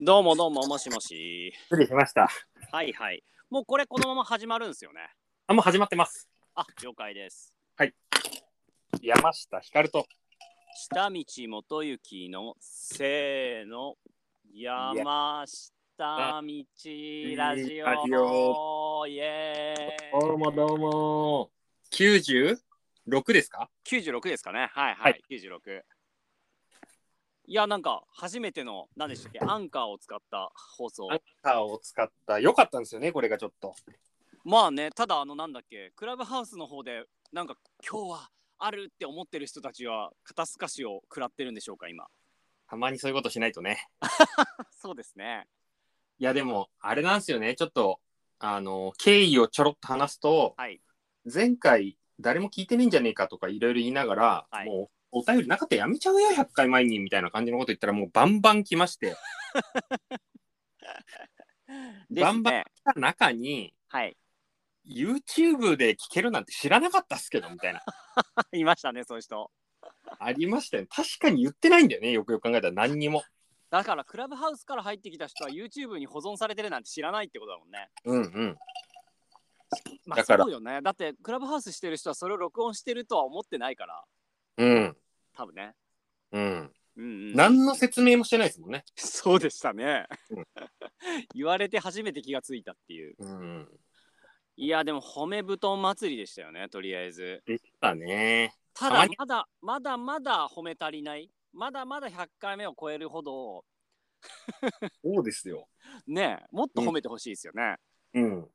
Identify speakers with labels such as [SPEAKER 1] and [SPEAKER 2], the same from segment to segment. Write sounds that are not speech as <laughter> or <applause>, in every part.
[SPEAKER 1] どうもどうももしもし。
[SPEAKER 2] 失礼しました。
[SPEAKER 1] はいはい。もうこれこのまま始まるんですよね。
[SPEAKER 2] あ、もう始まってます。
[SPEAKER 1] あ、了解です。
[SPEAKER 2] 山下ひかると。
[SPEAKER 1] 下道元行のせーの山下道ラジオ
[SPEAKER 2] ラジオ
[SPEAKER 1] イエーイ
[SPEAKER 2] どうもどうも。九十六ですか。
[SPEAKER 1] 96ですかねはいは、
[SPEAKER 2] はいい
[SPEAKER 1] 96いやなんか初めての何でしたっけアンカーを使った放送
[SPEAKER 2] アンカーを使った、良かったんですよね、これがちょっと。
[SPEAKER 1] まあねただあのなんだっけクラブハウスの方でなんか今日はあるって思ってる人たちは肩透かしを食らってるんでしょうか今 <laughs>
[SPEAKER 2] たまにそういうことしないとね。
[SPEAKER 1] そうですね
[SPEAKER 2] いや、でも、あれなんですよね、ちょっと。あの、経緯をちょろっと話すと、
[SPEAKER 1] はい
[SPEAKER 2] 前回誰も聞いてねえんじゃねえかとか、いろいろ言いながら、
[SPEAKER 1] はい
[SPEAKER 2] もう。お便りなかったらやめちゃうよ100回前にみたいな感じのこと言ったらもうバンバン来ま <laughs> して
[SPEAKER 1] ですね
[SPEAKER 2] バンバン来た中に
[SPEAKER 1] はい <laughs>
[SPEAKER 2] YouTube で聞けるなんて知らなかったっすけどみたいない
[SPEAKER 1] ましたねそういう人
[SPEAKER 2] ありましたよね。確かに言ってないんだよね。よくよく考えたら何にも。
[SPEAKER 1] だからクラブハウスから入ってきた人は YouTube に保存されてるなんて知らないってことだもんね、
[SPEAKER 2] うんうん。
[SPEAKER 1] まあ、
[SPEAKER 2] だから
[SPEAKER 1] そうよねだってクラブハウスしてる人はそれを録音してるとは思ってないから
[SPEAKER 2] うん。
[SPEAKER 1] 多分ね
[SPEAKER 2] うん。
[SPEAKER 1] うんうん
[SPEAKER 2] 何の説明もしてないですもんね。
[SPEAKER 1] <laughs> そうでしたね
[SPEAKER 2] うん
[SPEAKER 1] <laughs> 言われて初めて気がついたっていう
[SPEAKER 2] うん。
[SPEAKER 1] いやでも褒め布団祭りでしたよねとりあえず
[SPEAKER 2] でしたね。
[SPEAKER 1] た
[SPEAKER 2] た
[SPEAKER 1] だ
[SPEAKER 2] まに
[SPEAKER 1] まだまだまだ褒め足りないまだまだ100回目を超えるほど
[SPEAKER 2] そうですよ。
[SPEAKER 1] ねえもっと褒めてほしいですよね、
[SPEAKER 2] うん。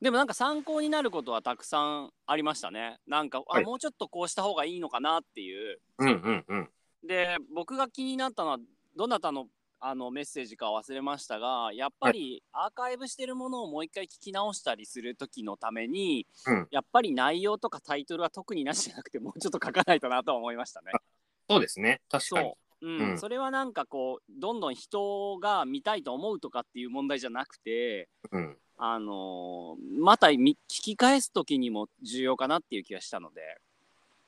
[SPEAKER 1] でもなんか参考になることはたくさんありましたねなんか、
[SPEAKER 2] は
[SPEAKER 1] あ
[SPEAKER 2] い
[SPEAKER 1] もうちょっとこうした方がいいのかなっていう
[SPEAKER 2] うんうんうん。
[SPEAKER 1] で僕が気になったのはどなたのあのメッセージか忘れましたがやっぱりアーカイブしてるものをもう一回聞き直したりする時のために、
[SPEAKER 2] うん
[SPEAKER 1] やっぱり内容とかタイトルは特になしじゃなくてもうちょっと書かないとなとは思いましたね。
[SPEAKER 2] そうですね。確かに
[SPEAKER 1] そ。う、うん
[SPEAKER 2] うん
[SPEAKER 1] それはなんかこうどんどん人が見たいと思うとかっていう問題じゃなくて、
[SPEAKER 2] うん。
[SPEAKER 1] あのーまたみ聞き返す時にも重要かなっていう気がしたので、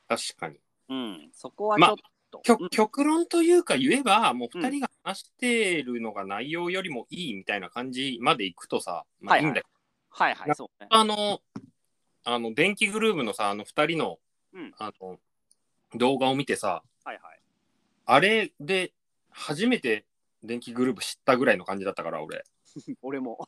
[SPEAKER 2] 確かに。
[SPEAKER 1] うん、そこはちょっと、う
[SPEAKER 2] 極
[SPEAKER 1] ん
[SPEAKER 2] 極論というか言えば、もう二人が話してるのが内容よりもいいみたいな感じまでいくとさ、まあ
[SPEAKER 1] はいい
[SPEAKER 2] い
[SPEAKER 1] はい
[SPEAKER 2] んだけ
[SPEAKER 1] はいはいそうね。
[SPEAKER 2] ど、あの、あの、電気グルーヴのさ、あの二人の、
[SPEAKER 1] うん
[SPEAKER 2] あの、動画を見てさ、
[SPEAKER 1] はいはい
[SPEAKER 2] あれで初めて電気グループ知ったぐらいの感じだったから俺。
[SPEAKER 1] <laughs> 俺も。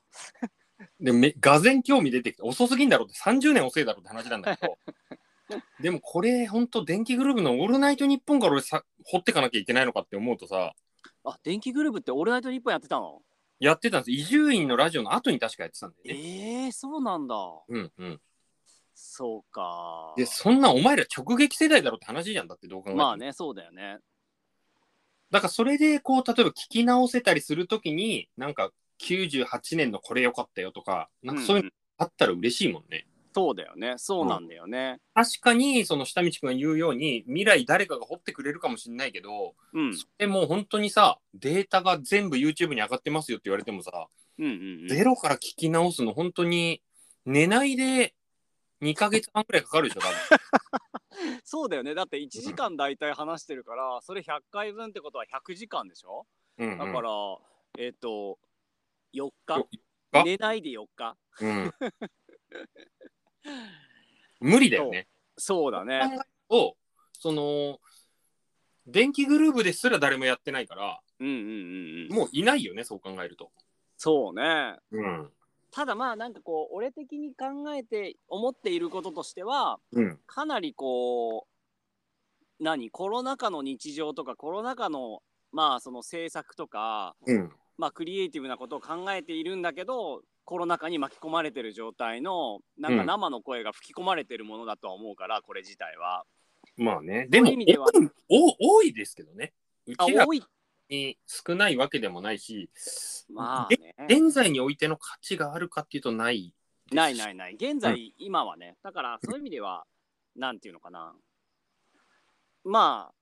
[SPEAKER 2] でめがぜん興味出てきて遅すぎんだろうって30年遅いだろうって話なんだけ
[SPEAKER 1] <laughs>
[SPEAKER 2] どでもこれほんと電気グループの「オールナイトニッポン」から俺さ掘ってかなきゃいけないのかって思うとさ
[SPEAKER 1] あ電気グループって「オールナイトニッポン」やってたの
[SPEAKER 2] やってたんです伊集院のラジオの後に確かやってたんだよね。
[SPEAKER 1] えー、そうなんだ。
[SPEAKER 2] うんうん、
[SPEAKER 1] そうか。
[SPEAKER 2] でそんなお前ら直撃世代だろって話じゃんだってどう考えても、
[SPEAKER 1] まあねそうだよね。
[SPEAKER 2] だからそれでこう例えば聞き直せたりするときになんか98年のこれ良かったよとかなんかそういうの
[SPEAKER 1] ん
[SPEAKER 2] あったら嬉しいもんね、
[SPEAKER 1] そうだよねそうなんだよね。
[SPEAKER 2] 確かにその下道くんが言うように未来誰かが掘ってくれるかもしれないけど、
[SPEAKER 1] うん、うん
[SPEAKER 2] それもう本当にさデータが全部 YouTube に上がってますよって言われてもさ、
[SPEAKER 1] うんうん
[SPEAKER 2] ゼロから聞き直すの本当に寝ないで2ヶ月半くらいかかるでしょ多分
[SPEAKER 1] そうだよねだって1時間大体話してるから、それ100回分ってことは100時間でしょ
[SPEAKER 2] うんう
[SPEAKER 1] だ
[SPEAKER 2] ん
[SPEAKER 1] から、えっ、と4日
[SPEAKER 2] よ日
[SPEAKER 1] 寝ないで4日
[SPEAKER 2] うん、無理だよね。
[SPEAKER 1] そうだね
[SPEAKER 2] をその電気グルーブですら誰もやってないから
[SPEAKER 1] うんうんうんうん
[SPEAKER 2] もういないよねそう考えると。
[SPEAKER 1] そうね
[SPEAKER 2] うん
[SPEAKER 1] ただまあなんかこう俺的に考えて思っていることとしては
[SPEAKER 2] うん
[SPEAKER 1] かなりこう何コロナ禍の日常とかコロナ禍のまあその制作とか
[SPEAKER 2] うん
[SPEAKER 1] まあクリエイティブなことを考えているんだけどコロナ禍に巻き込まれてる状態のなんか
[SPEAKER 2] うん
[SPEAKER 1] 生の声が吹き込まれてるものだとは思うから、これ自体は。
[SPEAKER 2] まあね、
[SPEAKER 1] そうい
[SPEAKER 2] で
[SPEAKER 1] う
[SPEAKER 2] も
[SPEAKER 1] 意味では
[SPEAKER 2] 多いお多いですけどね。う
[SPEAKER 1] あ
[SPEAKER 2] ちら
[SPEAKER 1] 多い
[SPEAKER 2] に少ないわけでもないし、
[SPEAKER 1] ま
[SPEAKER 2] で
[SPEAKER 1] あね
[SPEAKER 2] 現在においての価値があるかっていうとない。
[SPEAKER 1] ないないない現在、今はねだからそういう意味ではなんていうのかなまあ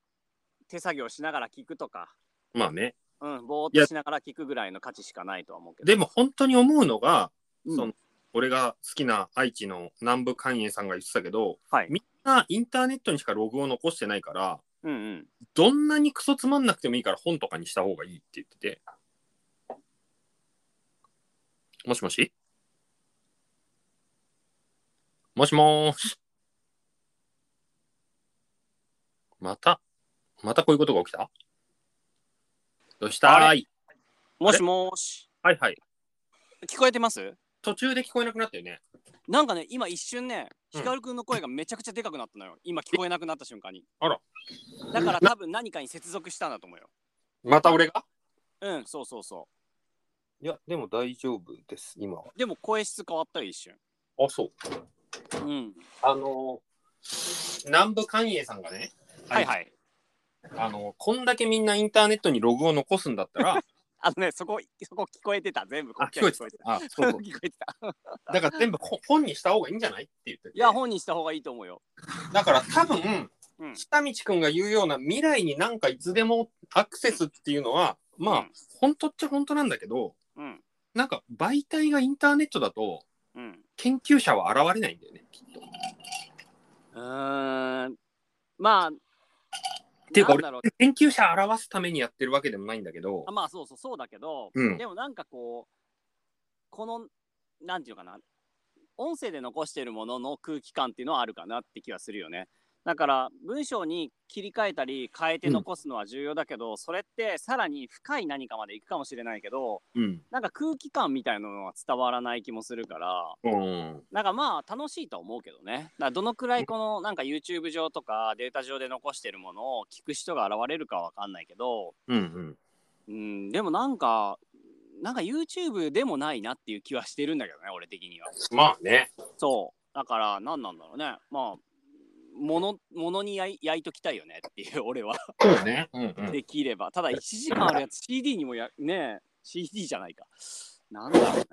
[SPEAKER 1] 手作業しながら聞くとか、
[SPEAKER 2] まあね。
[SPEAKER 1] うん、ぼーっ
[SPEAKER 2] い
[SPEAKER 1] と
[SPEAKER 2] や
[SPEAKER 1] しながら聞くぐらいの価値しかないとは思うけど
[SPEAKER 2] でも本当に思うのが、
[SPEAKER 1] うん
[SPEAKER 2] その俺が好きな愛知の南部寛永さんが言ってたけど、
[SPEAKER 1] はい
[SPEAKER 2] みんなインターネットにしかログを残してないから、
[SPEAKER 1] うんうん
[SPEAKER 2] どんなにクソつまんなくてもいいから本とかにした方がいいって言ってて、もしもしもしもーし。また、またこういうことが起きたどうした
[SPEAKER 1] あ
[SPEAKER 2] ーい。
[SPEAKER 1] もしもーし。
[SPEAKER 2] はいはい。
[SPEAKER 1] 聞こえてます
[SPEAKER 2] 途中で聞こえなくなったよね。
[SPEAKER 1] なんかね、今一瞬ね、
[SPEAKER 2] うん
[SPEAKER 1] ヒカルくんの声がめちゃくちゃでかくなったのよ。今聞こえなくなった瞬間に。
[SPEAKER 2] あら。
[SPEAKER 1] だから多分何かに接続したんだと思うよ。
[SPEAKER 2] また俺が
[SPEAKER 1] うん、そうそうそ
[SPEAKER 2] いや、でも大丈夫です、今は。
[SPEAKER 1] う。でも声質変わったよ、一瞬。
[SPEAKER 2] あ、そう。
[SPEAKER 1] うん。
[SPEAKER 2] あのー南部寛永さんがね、
[SPEAKER 1] はいはい。
[SPEAKER 2] あのーこんだけみんなインターネットにログを残すんだった
[SPEAKER 1] <laughs>
[SPEAKER 2] ら、
[SPEAKER 1] あのね、そこ、そこ聞こえてた。全部こっちは聞こえてた。
[SPEAKER 2] あ、そう
[SPEAKER 1] 聞
[SPEAKER 2] そ
[SPEAKER 1] こ
[SPEAKER 2] う。
[SPEAKER 1] えてた。
[SPEAKER 2] だから全部ほ本にした方がいいんじゃないって言ってて
[SPEAKER 1] いや、本にした方がいいと思うよ。
[SPEAKER 2] だから多分、
[SPEAKER 1] うん
[SPEAKER 2] 下道くんが言うような未来になんかいつでもアクセスっていうのは、まあ、
[SPEAKER 1] うん
[SPEAKER 2] 本当っちゃ本当なんだけど、
[SPEAKER 1] うん。
[SPEAKER 2] なんか媒体がインターネットだと、
[SPEAKER 1] うん。
[SPEAKER 2] 研究者は現れないんだよね、きっと。
[SPEAKER 1] うーん。まあ。
[SPEAKER 2] ていう
[SPEAKER 1] な
[SPEAKER 2] か
[SPEAKER 1] ん
[SPEAKER 2] 俺
[SPEAKER 1] だろう
[SPEAKER 2] 研究者を表すためにやってるわけでもないんだけど
[SPEAKER 1] あ、まあそうそうそうだけど、
[SPEAKER 2] うん
[SPEAKER 1] でもなんかこうこのなんていうかな音声で残してるものの空気感っていうのはあるかなって気はするよね。だから文章に切り替えたり変えて残すのは重要だけど、それってさらに深い何かまでいくかもしれないけど
[SPEAKER 2] うん。
[SPEAKER 1] なんか空気感みたいなのは伝わらない気もするから
[SPEAKER 2] うん。
[SPEAKER 1] なんかまあ楽しいとは思うけどねだからどのくらいこのなんか YouTube 上とかデータ上で残してるものを聞く人が現れるかは分かんないけど、
[SPEAKER 2] うんうん。
[SPEAKER 1] うん、でもなんか、なんか YouTube でもないなっていう気はしてるんだけどね、俺的には。
[SPEAKER 2] まあね。
[SPEAKER 1] そう。だから、何なんだろうね。まあ、もの、ものに焼い焼いときたいよねっていう、 <laughs> 俺は。
[SPEAKER 2] そうね。うんうん。
[SPEAKER 1] できれば。ただ、1時間あるやつ CD にもや、ねえ、CD じゃないか。なんだろうね。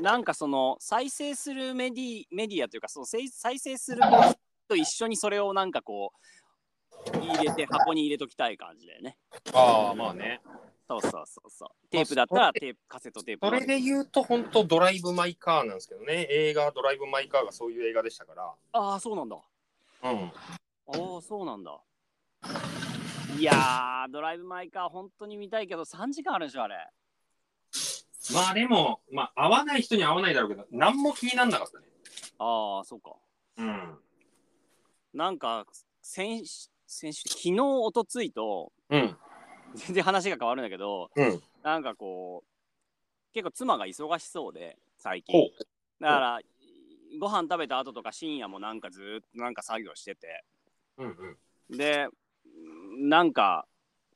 [SPEAKER 1] なんかその、再生するメディメディアというか、そのせい再生するものと一緒にそれをなんかこう、入れて、箱に入れときたい感じだよね。
[SPEAKER 2] ああ、まあね。
[SPEAKER 1] そうそうそうそう。テープだったらテープ、カセットテープ
[SPEAKER 2] そ
[SPEAKER 1] の。
[SPEAKER 2] れで言うと、本当ドライブ・マイ・カーなんですけどね。映画、ドライブ・マイ・カーがそういう映画でしたか
[SPEAKER 1] ああ、そうなんだ。あ
[SPEAKER 2] ら。うん。
[SPEAKER 1] あ、そうなんだ。いやー、ドライブ・マイ・カー、本当に見たいけど、3時間あるでしょ、あれ。
[SPEAKER 2] まあでも、まあ、合わない人には合わないだろうけど、何も気になんなかったね。
[SPEAKER 1] ああ、そうか。
[SPEAKER 2] うん。
[SPEAKER 1] なんか、先先週、昨日、一昨日と、
[SPEAKER 2] うん。
[SPEAKER 1] 全然話が変わるんだけど、
[SPEAKER 2] うん。
[SPEAKER 1] なんかこう、結構妻が忙しそうで、最
[SPEAKER 2] ほ
[SPEAKER 1] 近。
[SPEAKER 2] う。
[SPEAKER 1] だから、ご飯食べた後とか深夜もなんかずーっとなんか作業してて、
[SPEAKER 2] うんうん。
[SPEAKER 1] でなんか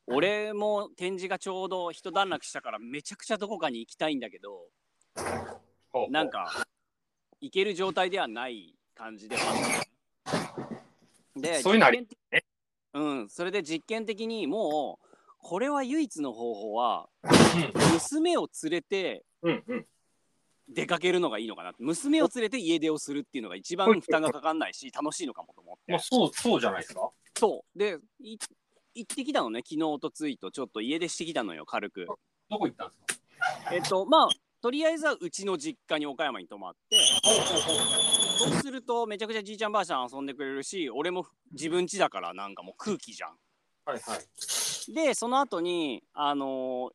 [SPEAKER 1] 俺も展示がちょうど一段落したからめちゃくちゃどこかに行きたいんだけど
[SPEAKER 2] ほう
[SPEAKER 1] なん。か行ける状態ではない感じではあったで
[SPEAKER 2] そういうのあり
[SPEAKER 1] 実験的うんそれで実験的にもうこれは唯一の方法は娘を連れて
[SPEAKER 2] うんうん。
[SPEAKER 1] 出かけるのがいいのかな娘を連れて家出をするっていうのが一番負担がかかんないし楽しいのかもと思って
[SPEAKER 2] まあ、そう、そうじゃないですか。
[SPEAKER 1] そう。で、い行ってきたのね、昨日とついと、ちょっと家出してきたのよ、軽く。
[SPEAKER 2] どこ行ったんですか
[SPEAKER 1] えっと、まあ、とりあえずはうちの実家に岡山に泊まって、そうすると、めちゃくちゃじいちゃんばあちゃん遊んでくれるし、俺も自分家だから、なんかもう空気じゃん。
[SPEAKER 2] はいはい。
[SPEAKER 1] で、その後に、あのー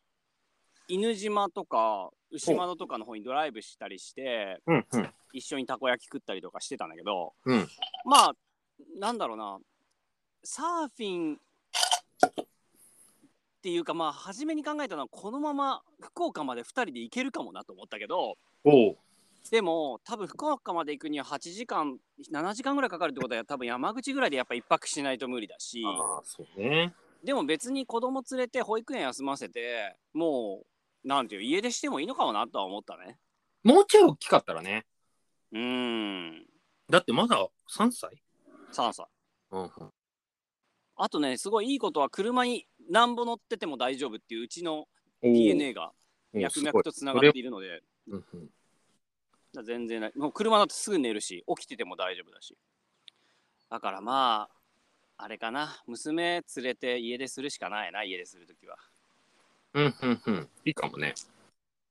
[SPEAKER 1] 犬島とか、牛窓とかの方にドライブしたりして、
[SPEAKER 2] うんうん。
[SPEAKER 1] 一緒にたこ焼き食ったりとかしてたんだけど、
[SPEAKER 2] うん
[SPEAKER 1] まあなんだろうなサーフィンっていうかまあ初めに考えたのはこのまま福岡まで2人で行けるかもなと思ったけど
[SPEAKER 2] おう。
[SPEAKER 1] でも多分福岡まで行くには8時間7時間ぐらいかかるってことは多分山口ぐらいでやっぱ一泊しないと無理だし
[SPEAKER 2] ああ、そうね。
[SPEAKER 1] でも別に子供連れて保育園休ませてもうなんていう家出してもいいのかもなとは思ったね。
[SPEAKER 2] もうちょい大きかったらね。
[SPEAKER 1] うーん
[SPEAKER 2] だってまだ3歳
[SPEAKER 1] 3歳
[SPEAKER 2] うんうん。
[SPEAKER 1] あとね、すごいいいことは、車になんぼ乗ってても大丈夫っていううちの
[SPEAKER 2] おう
[SPEAKER 1] DNA が
[SPEAKER 2] おう
[SPEAKER 1] 脈
[SPEAKER 2] すご
[SPEAKER 1] 々
[SPEAKER 2] い
[SPEAKER 1] とつながっているので、
[SPEAKER 2] うんうん
[SPEAKER 1] だから全然ない。もう車だとすぐ寝るし、起きてても大丈夫だし。だからまあ、あれかな、娘連れて家出するしかないな、家出するときは。
[SPEAKER 2] うんうんうん。いいかもね。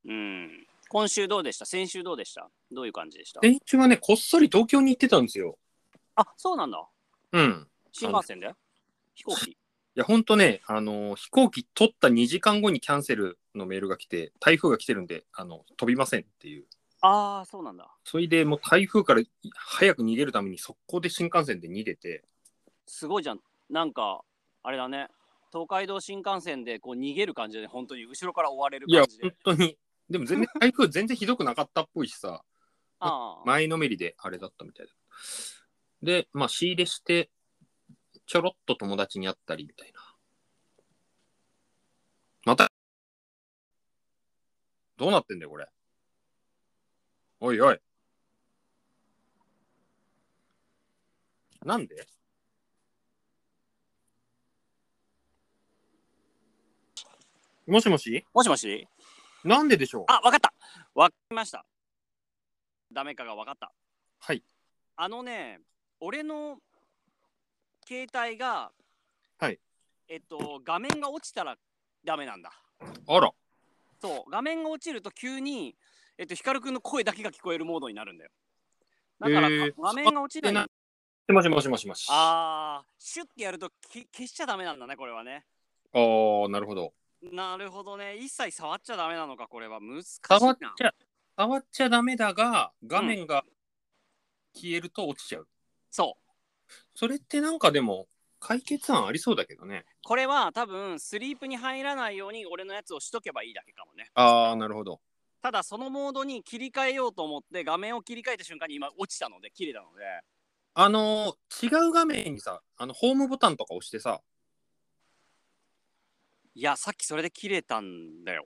[SPEAKER 1] うん。今週どうでした先週どうでしたどういう感じでした
[SPEAKER 2] 先週はね、こっそり東京に行ってたんですよ。
[SPEAKER 1] あ、そうなんだ。
[SPEAKER 2] うん。
[SPEAKER 1] 新幹線で飛行機。
[SPEAKER 2] や、ほんとね、あのー飛行機取った2時間後にキャンセルのメールが来て、台風が来てるんで、あの、飛びませんっていう。
[SPEAKER 1] ああ、そうなんだ。
[SPEAKER 2] それでもう台風から早く逃げるために速攻で新幹線で逃げて、
[SPEAKER 1] すごいじゃん。なんか、あれだね。東海道新幹線でこう逃げる感じで、本当に後ろから追われる
[SPEAKER 2] いや
[SPEAKER 1] 感じで。
[SPEAKER 2] 本当にでも全然台風全然ひどくなかったっぽいしさ
[SPEAKER 1] ああ、
[SPEAKER 2] 前のめりであれだったみたいだでまあ仕入れしてちょろっと友達に会ったりみたいなまたどうなってんだよこれおいおいなんでもしもし
[SPEAKER 1] もしもし
[SPEAKER 2] なんででしょう
[SPEAKER 1] あ、わかった。わかりました。ダメかがわかった。
[SPEAKER 2] はい。
[SPEAKER 1] あのね、俺の携帯が、
[SPEAKER 2] はい。
[SPEAKER 1] えっと、画面が落ちたらダメなんだ。
[SPEAKER 2] あら
[SPEAKER 1] そう、画面が落ちると急に、えっと、光くんの声だけが聞こえるモードになるんだよ。だから、
[SPEAKER 2] えー
[SPEAKER 1] 画面が落ち
[SPEAKER 2] で
[SPEAKER 1] ない
[SPEAKER 2] な。もしもしもしもし。あ
[SPEAKER 1] あー、シュッてやるとき消しちゃダメなんだね、これはね。
[SPEAKER 2] あー、なるほど。
[SPEAKER 1] なるほどね。一切触っちゃダメなのか、これは。難しいな。
[SPEAKER 2] 触っちゃ、触っちゃダメだが、画面が消えると落ちちゃう。
[SPEAKER 1] そう。
[SPEAKER 2] それってなんかでも、解決案ありそうだけどね。
[SPEAKER 1] これは多分スリープに入らないように俺のやつをしとけばいいだけかもね
[SPEAKER 2] ああ、なるほど。
[SPEAKER 1] ただそのモードに切り替えようと思って画面を切り替えた瞬間に今落ちたので切れたので
[SPEAKER 2] あのー違う画面にさ、あの、ホームボタンとか押してさ、
[SPEAKER 1] いやさっきそれで切れたんだよ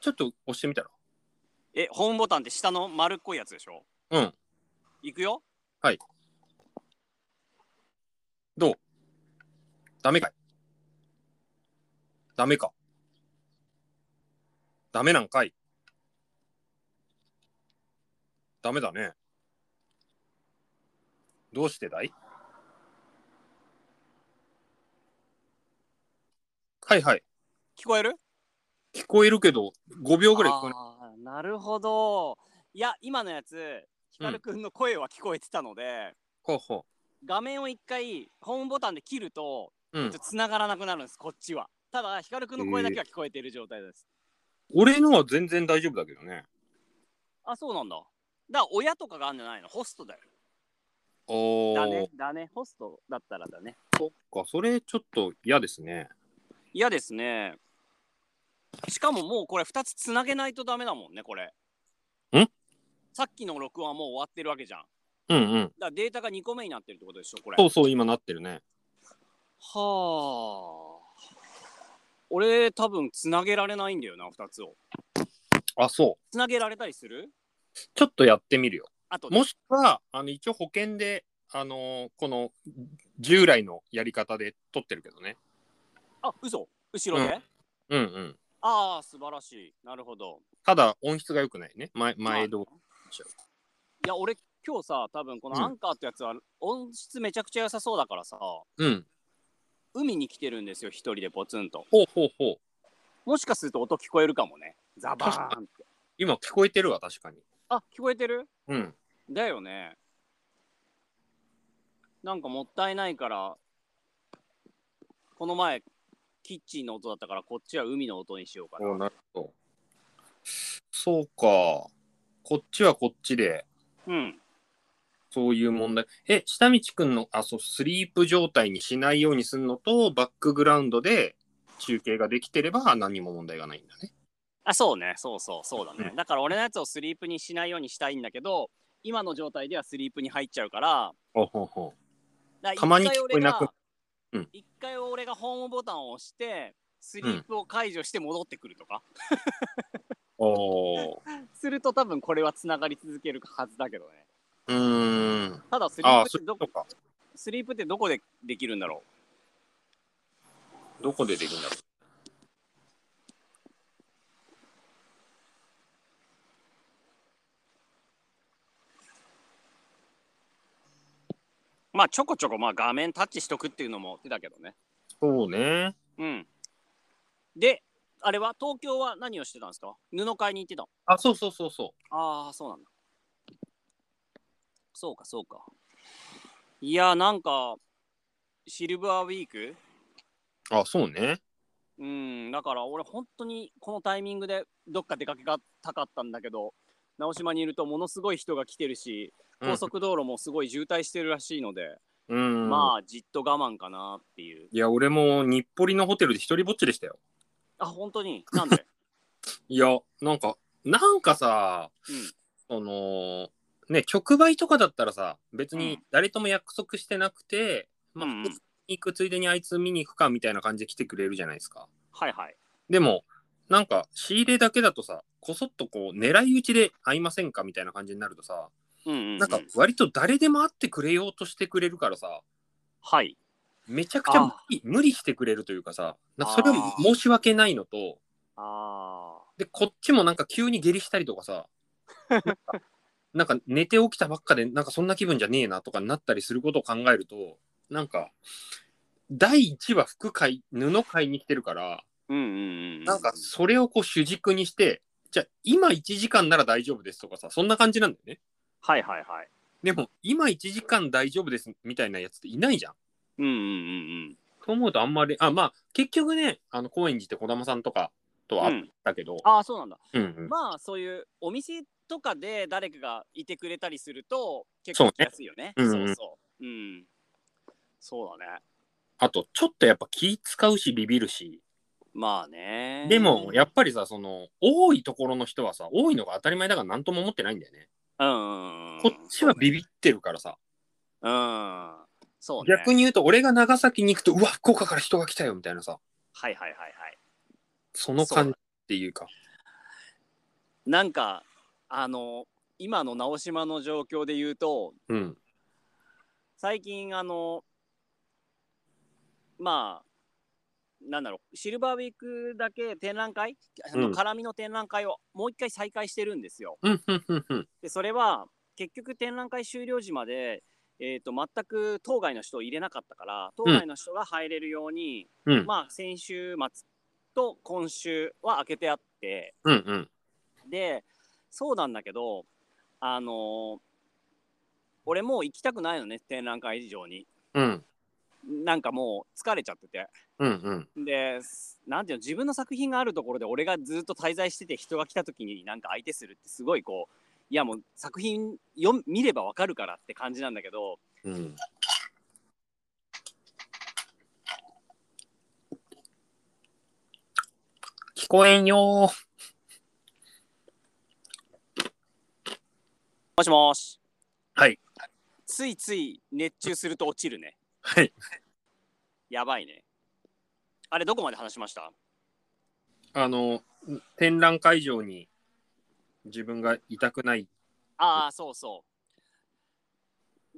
[SPEAKER 2] ちょっと押してみたら。
[SPEAKER 1] えホームボタンって下の丸っこいやつでしょ
[SPEAKER 2] うん
[SPEAKER 1] いくよ
[SPEAKER 2] どうダメかいダメか。ダメなんかいダメだね。どうしてだいはいはい。
[SPEAKER 1] 聞こえる
[SPEAKER 2] 聞こえるけど、5秒ぐらい聞こえない。
[SPEAKER 1] あーなるほどいや今のやつひかるくんの声は聞こえてたので、
[SPEAKER 2] ほうほ
[SPEAKER 1] 画面を一回ホームボタンで切ると
[SPEAKER 2] う。うん。
[SPEAKER 1] つながらなくなるんですこっちはただひかるくんの声だけは聞こえている状態です、
[SPEAKER 2] 俺のは全然大丈夫だけどね。
[SPEAKER 1] あ、そうなんだ。だから親とかがあるんじゃないのホストだよ。
[SPEAKER 2] お
[SPEAKER 1] だ
[SPEAKER 2] ー
[SPEAKER 1] ね、。だね。ホストだったらだね。
[SPEAKER 2] そっか、それちょっと嫌ですね。
[SPEAKER 1] 嫌ですね。しかももうこれ2つつなげないとダメだもんね、これ。
[SPEAKER 2] ん
[SPEAKER 1] さっきの録音はもう終わってるわけじゃん。だか
[SPEAKER 2] うんうん。
[SPEAKER 1] らデータが2個目になってるってことでしょ、これ。
[SPEAKER 2] そうそう、今なってるね。
[SPEAKER 1] はあ。俺多分つなげられないんだよな、2つを。
[SPEAKER 2] あ、そう。
[SPEAKER 1] つなげられたりする
[SPEAKER 2] ちょっとやってみるよ。
[SPEAKER 1] あと、
[SPEAKER 2] もしくは、あの一応保険で、あのーこの従来のやり方で取ってるけどね。
[SPEAKER 1] あ、嘘後ろで、
[SPEAKER 2] うんうんうん。
[SPEAKER 1] ああ、素晴らしい。なるほど。
[SPEAKER 2] ただ音質が良くないね。前前ど
[SPEAKER 1] いや俺今日さ多分この
[SPEAKER 2] うん
[SPEAKER 1] アンカーってやつは音質めちゃくちゃ良さそうだからさ、
[SPEAKER 2] うん。
[SPEAKER 1] 海に来てるんですよ一人でポツンと
[SPEAKER 2] ほうほうほう。
[SPEAKER 1] もしかすると音聞こえるかもねザバーンって
[SPEAKER 2] 今聞こえてるわ、確かに。
[SPEAKER 1] あ聞こえてる
[SPEAKER 2] うん。
[SPEAKER 1] だよねなんかもったいないからこの前キッチンの音だったからこっちは海の音にしようかな
[SPEAKER 2] おなるほど。そうか。こっちはこっちで、
[SPEAKER 1] うん
[SPEAKER 2] そういう問題。え、下道くんの、あ、そう、スリープ状態にしないようにするのと、バックグラウンドで中継ができてれば何も問題がないんだね。
[SPEAKER 1] あそうねそうそうそうだね、
[SPEAKER 2] う
[SPEAKER 1] だから俺のやつをスリープにしないようにしたいんだけど今の状態ではスリープに入っちゃうから
[SPEAKER 2] ほうほうほう。
[SPEAKER 1] だ
[SPEAKER 2] たまに聞こえなく
[SPEAKER 1] 一回俺が
[SPEAKER 2] うん
[SPEAKER 1] 一回俺がホームボタンを押してスリープを解除して戻ってくるとか、
[SPEAKER 2] おー
[SPEAKER 1] すると多分これはつながり続けるはずだけどね
[SPEAKER 2] うーん。
[SPEAKER 1] ただスリ
[SPEAKER 2] あ
[SPEAKER 1] ー
[SPEAKER 2] あ、
[SPEAKER 1] プ
[SPEAKER 2] そ
[SPEAKER 1] って
[SPEAKER 2] ういう
[SPEAKER 1] ど
[SPEAKER 2] ことか。
[SPEAKER 1] スリープってどこでできるんだろ
[SPEAKER 2] どこでできるんだろう。
[SPEAKER 1] うまあちょこちょこまあ画面タッチしとくっていうのも手だけどね
[SPEAKER 2] そうね。
[SPEAKER 1] うんであれは東京は何をしてたんですか布買いに行ってたの
[SPEAKER 2] あ、そうそうそうそ
[SPEAKER 1] ああそうなんだそうかそうかいやなんかシルバーウィーク
[SPEAKER 2] あ、そうね。
[SPEAKER 1] うん、だから俺本当にこのタイミングでどっか出かけたかったんだけど、直島にいるとものすごい人が来てるし、
[SPEAKER 2] うん
[SPEAKER 1] 高速道路もすごい渋滞してるらしいので、
[SPEAKER 2] うん。
[SPEAKER 1] まあじっと我慢かなっていう。
[SPEAKER 2] いや、俺も日暮里のホテルで一人ぼっちでしたよ。
[SPEAKER 1] あ、本当になん
[SPEAKER 2] <laughs>
[SPEAKER 1] で
[SPEAKER 2] いや、なんか、なんかさ、
[SPEAKER 1] うん
[SPEAKER 2] その、ね、直売とかだったらさ、別
[SPEAKER 1] う
[SPEAKER 2] に
[SPEAKER 1] ん
[SPEAKER 2] 誰とも約束してなくて、
[SPEAKER 1] う
[SPEAKER 2] ま
[SPEAKER 1] ん
[SPEAKER 2] あ、
[SPEAKER 1] うん
[SPEAKER 2] 普通に行くついでにあいつ見に行くかみたいな感じで来てくれるじゃないですか。
[SPEAKER 1] はいはい。
[SPEAKER 2] でも、なんか、仕入れだけだとさ、こそっとこう、狙い撃ちで会いませんかみたいな感じになるとさ、
[SPEAKER 1] うんうん、うん。
[SPEAKER 2] なんか、割と誰でも会ってくれようとしてくれるからさ、
[SPEAKER 1] はい。
[SPEAKER 2] めちゃくちゃ無
[SPEAKER 1] あ
[SPEAKER 2] 理無理してくれるというかさ、なんかそれ
[SPEAKER 1] あ
[SPEAKER 2] は
[SPEAKER 1] ー
[SPEAKER 2] 申し訳ないのと、
[SPEAKER 1] あ
[SPEAKER 2] で、こっちもなんか急に下痢したりとか
[SPEAKER 1] <laughs>
[SPEAKER 2] さ、なんかなんか寝て起きたばっかで、なんかそんな気分じゃねえなとかなったりすることを考えると、なんか、第1話服買い、布買いに来てるか
[SPEAKER 1] ー。
[SPEAKER 2] ら、
[SPEAKER 1] うんうんうん。
[SPEAKER 2] なんかそれをこう主軸にして、じゃあ今1時間なら大丈夫ですとかさ、そんな感じなんだよね。
[SPEAKER 1] はいはいはい。
[SPEAKER 2] でも今1時間大丈夫ですみたいなやつっていないじゃん。
[SPEAKER 1] うんうんうん
[SPEAKER 2] と思うとあんまり、あ、まあ結局ね、あの高円寺って児玉さんとかとは
[SPEAKER 1] う
[SPEAKER 2] あ
[SPEAKER 1] ん。う
[SPEAKER 2] っ
[SPEAKER 1] ん、
[SPEAKER 2] たけど、
[SPEAKER 1] ああ、そうなんだ。
[SPEAKER 2] うんうん
[SPEAKER 1] まあそういうお店とかで誰かがいてくれたりすると結構来やすいよね。
[SPEAKER 2] そうね
[SPEAKER 1] そう
[SPEAKER 2] うんうん
[SPEAKER 1] そう。うん。そうだね。
[SPEAKER 2] あとちょっとやっぱ気使うしビビるし、
[SPEAKER 1] まあね。
[SPEAKER 2] でもやっぱりさ、その多いところの人はさ、多いのが当たり前だから何とも思ってないんだよね。
[SPEAKER 1] うんうんうん。
[SPEAKER 2] こっちはビビってるからさ、
[SPEAKER 1] うん。そうね。
[SPEAKER 2] 逆に言うと俺が長崎に行くと、うわ、福岡から人が来たよみたいなさ、
[SPEAKER 1] はいはいはいはい。
[SPEAKER 2] その感じっていうか。
[SPEAKER 1] なんかあの今の直島の状況で言うと
[SPEAKER 2] うん。
[SPEAKER 1] 最近あのまあなんだろうシルバーウィークだけ展覧会、あ
[SPEAKER 2] う
[SPEAKER 1] の
[SPEAKER 2] ん
[SPEAKER 1] 絡みの展覧会をもう一回再開してるんですよ。
[SPEAKER 2] うん、うん、うん、うん。
[SPEAKER 1] でそれは結局展覧会終了時まで、えー、と全く当該の人を入れなかったから当該の人が入れるように、
[SPEAKER 2] うん
[SPEAKER 1] まあ先週末と今週は開けてあって
[SPEAKER 2] うんうん。
[SPEAKER 1] でそうなんだけどあのー俺もう行きたくないのね展覧会以上に
[SPEAKER 2] うん。
[SPEAKER 1] なんかもう疲れちゃってて
[SPEAKER 2] うんうん。
[SPEAKER 1] ですなんていうの自分の作品があるところで俺がずっと滞在してて人が来た時になんか相手するってすごいこういやもう作品読見ればわかるからって感じなんだけど
[SPEAKER 2] うん。聞こえんよー。
[SPEAKER 1] もしもし
[SPEAKER 2] はい
[SPEAKER 1] ついつい熱中すると落ちるね
[SPEAKER 2] はい。
[SPEAKER 1] やばいねあれどこまで話しました
[SPEAKER 2] あの、展覧会場に自分がいたくない。
[SPEAKER 1] ああそうそ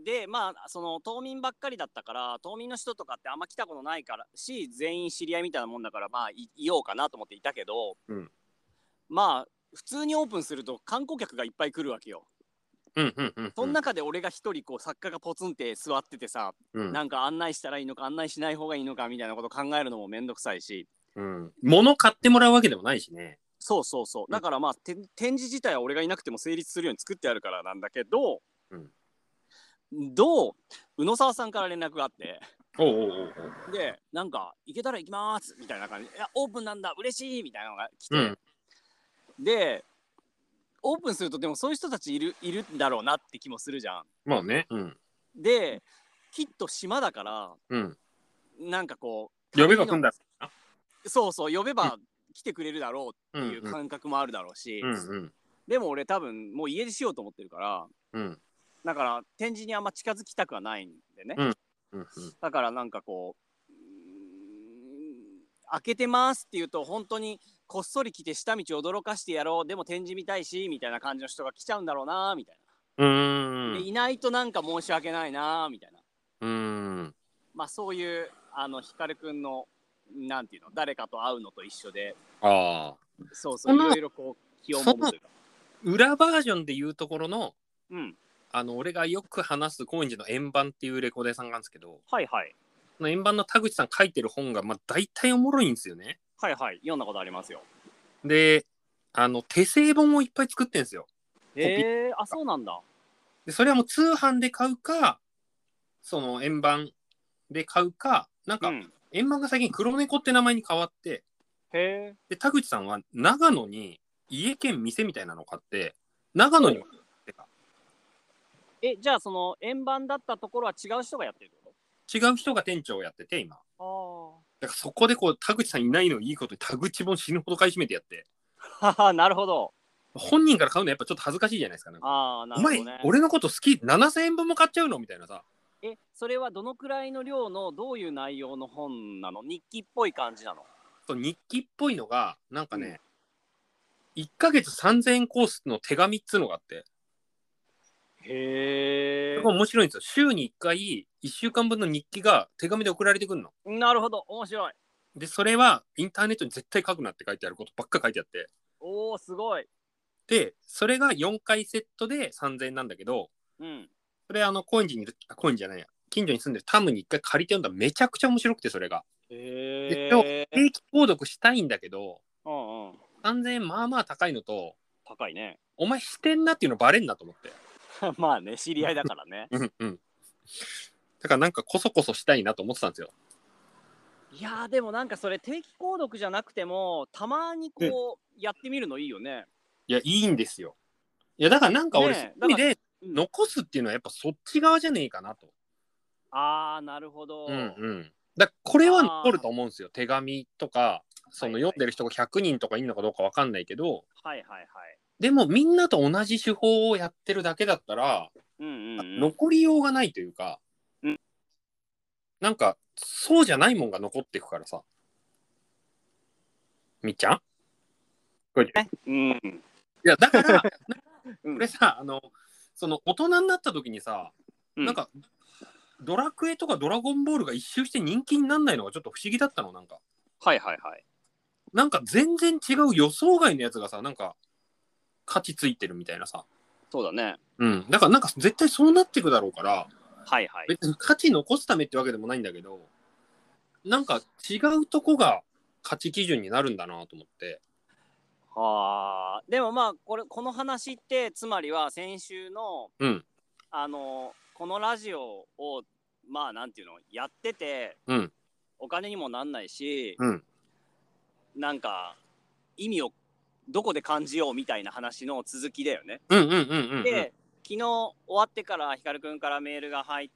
[SPEAKER 1] うでまあその島民ばっかりだったから島民の人とかってあんま来たことないからし全員知り合いみたいなもんだからまあいいようかなと思っていたけど、
[SPEAKER 2] うん
[SPEAKER 1] まあ普通にオープンすると観光客がいっぱい来るわけよ
[SPEAKER 2] うんうんうん、うん。
[SPEAKER 1] その中で俺が一人こう作家がポツンって座っててさ、
[SPEAKER 2] うん、
[SPEAKER 1] なんか案内したらいいのか案内しない方がいいのかみたいなこと考えるのもめんどくさいし
[SPEAKER 2] うん。物買ってもらうわけでもないしね。
[SPEAKER 1] そうそうそうだからまあ、て展示自体は俺がいなくても成立するように作ってあるからなんだけど、どう宇野沢さんから連絡があって
[SPEAKER 2] おうおうおうおう。
[SPEAKER 1] でなんか「行けたら行きます」みたいな感じで「いやオープンなんだ嬉しい」みたいなのが来
[SPEAKER 2] う
[SPEAKER 1] て
[SPEAKER 2] ん、
[SPEAKER 1] でオープンするとでもそういう人たちいるいるんだろうなって気もするじゃん。
[SPEAKER 2] まあね。うん。
[SPEAKER 1] できっと島だから
[SPEAKER 2] うん。
[SPEAKER 1] なんかこう
[SPEAKER 2] 呼べば来んだ。
[SPEAKER 1] そうそう呼べば来てくれるだろ
[SPEAKER 2] う
[SPEAKER 1] うっ
[SPEAKER 2] ん
[SPEAKER 1] ていう感覚もあるだろうし、
[SPEAKER 2] うんうん。
[SPEAKER 1] でも俺多分もう家出しようと思ってるから
[SPEAKER 2] うん。
[SPEAKER 1] だから展示にあんま近づきたくはないんでね、
[SPEAKER 2] うんうん。
[SPEAKER 1] だからなんかこううーん開けてますっていうと本当にこっそり来て下道驚かしてやろうでも展示見たいしみたいな感じの人が来ちゃうんだろうなみたい
[SPEAKER 2] うん。
[SPEAKER 1] な、
[SPEAKER 2] う
[SPEAKER 1] で
[SPEAKER 2] ん
[SPEAKER 1] いないとなんか申し訳ないなみたいな
[SPEAKER 2] うん。
[SPEAKER 1] まあそういうあの光くんのなんていうの誰かと会うのと一緒で
[SPEAKER 2] ああ。
[SPEAKER 1] そうそう
[SPEAKER 2] そ
[SPEAKER 1] い
[SPEAKER 2] の
[SPEAKER 1] ろいろこう気をもむというか
[SPEAKER 2] 裏バージョンで言うところの、
[SPEAKER 1] うん
[SPEAKER 2] あの俺がよく話す高円寺の円盤っていうレコーデーさんがあるんですけど
[SPEAKER 1] はいはい
[SPEAKER 2] その円盤の田口さん書いてる本がまあ大体おもろいんですよね。
[SPEAKER 1] はいはい読んだことありますよ
[SPEAKER 2] であの手製本をいっぱい作ってるんですよ。ピー
[SPEAKER 1] へえー、あそうなんだ
[SPEAKER 2] でそれはもう通販で買うかその円盤で買うかなん
[SPEAKER 1] う
[SPEAKER 2] か
[SPEAKER 1] ん
[SPEAKER 2] 円満が最近黒猫って名前に変わって、
[SPEAKER 1] へえ。
[SPEAKER 2] で、田口さんは長野に家兼店みたいなのを買って、長野にも
[SPEAKER 1] え、じゃあその円盤だったところは違う人がやってるってこ
[SPEAKER 2] 違う人が店長をやってて、今。
[SPEAKER 1] と
[SPEAKER 2] だからそこでこう、田口さんいないのをいいことに田口本死ぬほど買い占めてやって、
[SPEAKER 1] ああ。は <laughs> は、なるほど。
[SPEAKER 2] 本人から買うのやっぱちょっと恥ずかしいじゃないですか。なんか
[SPEAKER 1] ああ、な
[SPEAKER 2] お
[SPEAKER 1] るほ
[SPEAKER 2] 前
[SPEAKER 1] どね、。
[SPEAKER 2] 俺のこと好き7000円分も買っちゃうのみたいなさ。
[SPEAKER 1] え、それはどのくらいの量のどういう内容の本なの日記っぽい感じなの
[SPEAKER 2] そう日記っぽいのが、なんかね、1ヶ月3000円コースの手紙っつうのがあって、
[SPEAKER 1] へ
[SPEAKER 2] これ面白いんですよ。週に1回、1週間分の日記が手紙で送られてくるの。
[SPEAKER 1] え。なるほど、面白い。
[SPEAKER 2] で、それはインターネットに絶対書くなって書いてあることばっか書いてあって。
[SPEAKER 1] おお、すごい。
[SPEAKER 2] で、それが4回セットで3000円なんだけど、
[SPEAKER 1] うん。
[SPEAKER 2] それあの、コインジにいる、あコインジじゃないや。近所に住んでるタムに一回借りて読んだらめちゃくちゃ面白くて、それが。
[SPEAKER 1] へえ
[SPEAKER 2] で。定期購読したいんだけど、
[SPEAKER 1] うんうん。
[SPEAKER 2] 3000円まあまあ高いのと、
[SPEAKER 1] 高いね。 <laughs>
[SPEAKER 2] お前してんなっていうのバレんなと思って。
[SPEAKER 1] まあね、知り合いだからね。
[SPEAKER 2] うんうん。だからなんかこそこそしたいなと思ってたんですよ。
[SPEAKER 1] いやーでもなんかそれ定期購読じゃなくてもたまにこうやってみるのいいよね。
[SPEAKER 2] いや、いいんですよ。いや、だからなんか俺、
[SPEAKER 1] ねえ
[SPEAKER 2] そういう意味で
[SPEAKER 1] うん
[SPEAKER 2] 残すっていうのはやっぱそっち側じゃねえかなと。
[SPEAKER 1] あーなるほど。
[SPEAKER 2] うんうん。だからこれは残ると思うんですよ。手紙とか、その
[SPEAKER 1] はいはい
[SPEAKER 2] 読んでる人が100人とかいるのかどうかわかんないけど、
[SPEAKER 1] はいはいはい。
[SPEAKER 2] でもみんなと同じ手法をやってるだけだったら、
[SPEAKER 1] うんうん、うん。
[SPEAKER 2] 残りようがないというか、
[SPEAKER 1] うん
[SPEAKER 2] なんかそうじゃないもんが残っていくからさみっちゃん
[SPEAKER 1] うん
[SPEAKER 2] い
[SPEAKER 1] <laughs>
[SPEAKER 2] やだからこ
[SPEAKER 1] うん。
[SPEAKER 2] れさあのその大人になった時にさ、
[SPEAKER 1] うん
[SPEAKER 2] なんかドラクエとかドラゴンボールが一周して人気になんないのがちょっと不思議だったのなんか
[SPEAKER 1] はいはいはい。
[SPEAKER 2] なんか全然違う予想外のやつがさなんか勝ちついてるみたいなさ
[SPEAKER 1] そうだね。
[SPEAKER 2] うんだからなんか絶対そうなっていくだろうから
[SPEAKER 1] はいはい。
[SPEAKER 2] 別に価値残すためってわけでもないんだけどなんか違うとこが価値基準になるんだなと思って
[SPEAKER 1] はあでもまあこれこの話ってつまりは先週の
[SPEAKER 2] うん
[SPEAKER 1] あのこのラジオをまあなんていうのやってて
[SPEAKER 2] うん
[SPEAKER 1] お金にもなんないし、
[SPEAKER 2] うん
[SPEAKER 1] なんか意味をどこで感じようみたいな話の続きだよね。
[SPEAKER 2] うんうんうんうん
[SPEAKER 1] で、昨日終わってからひかるくんからメールが入っ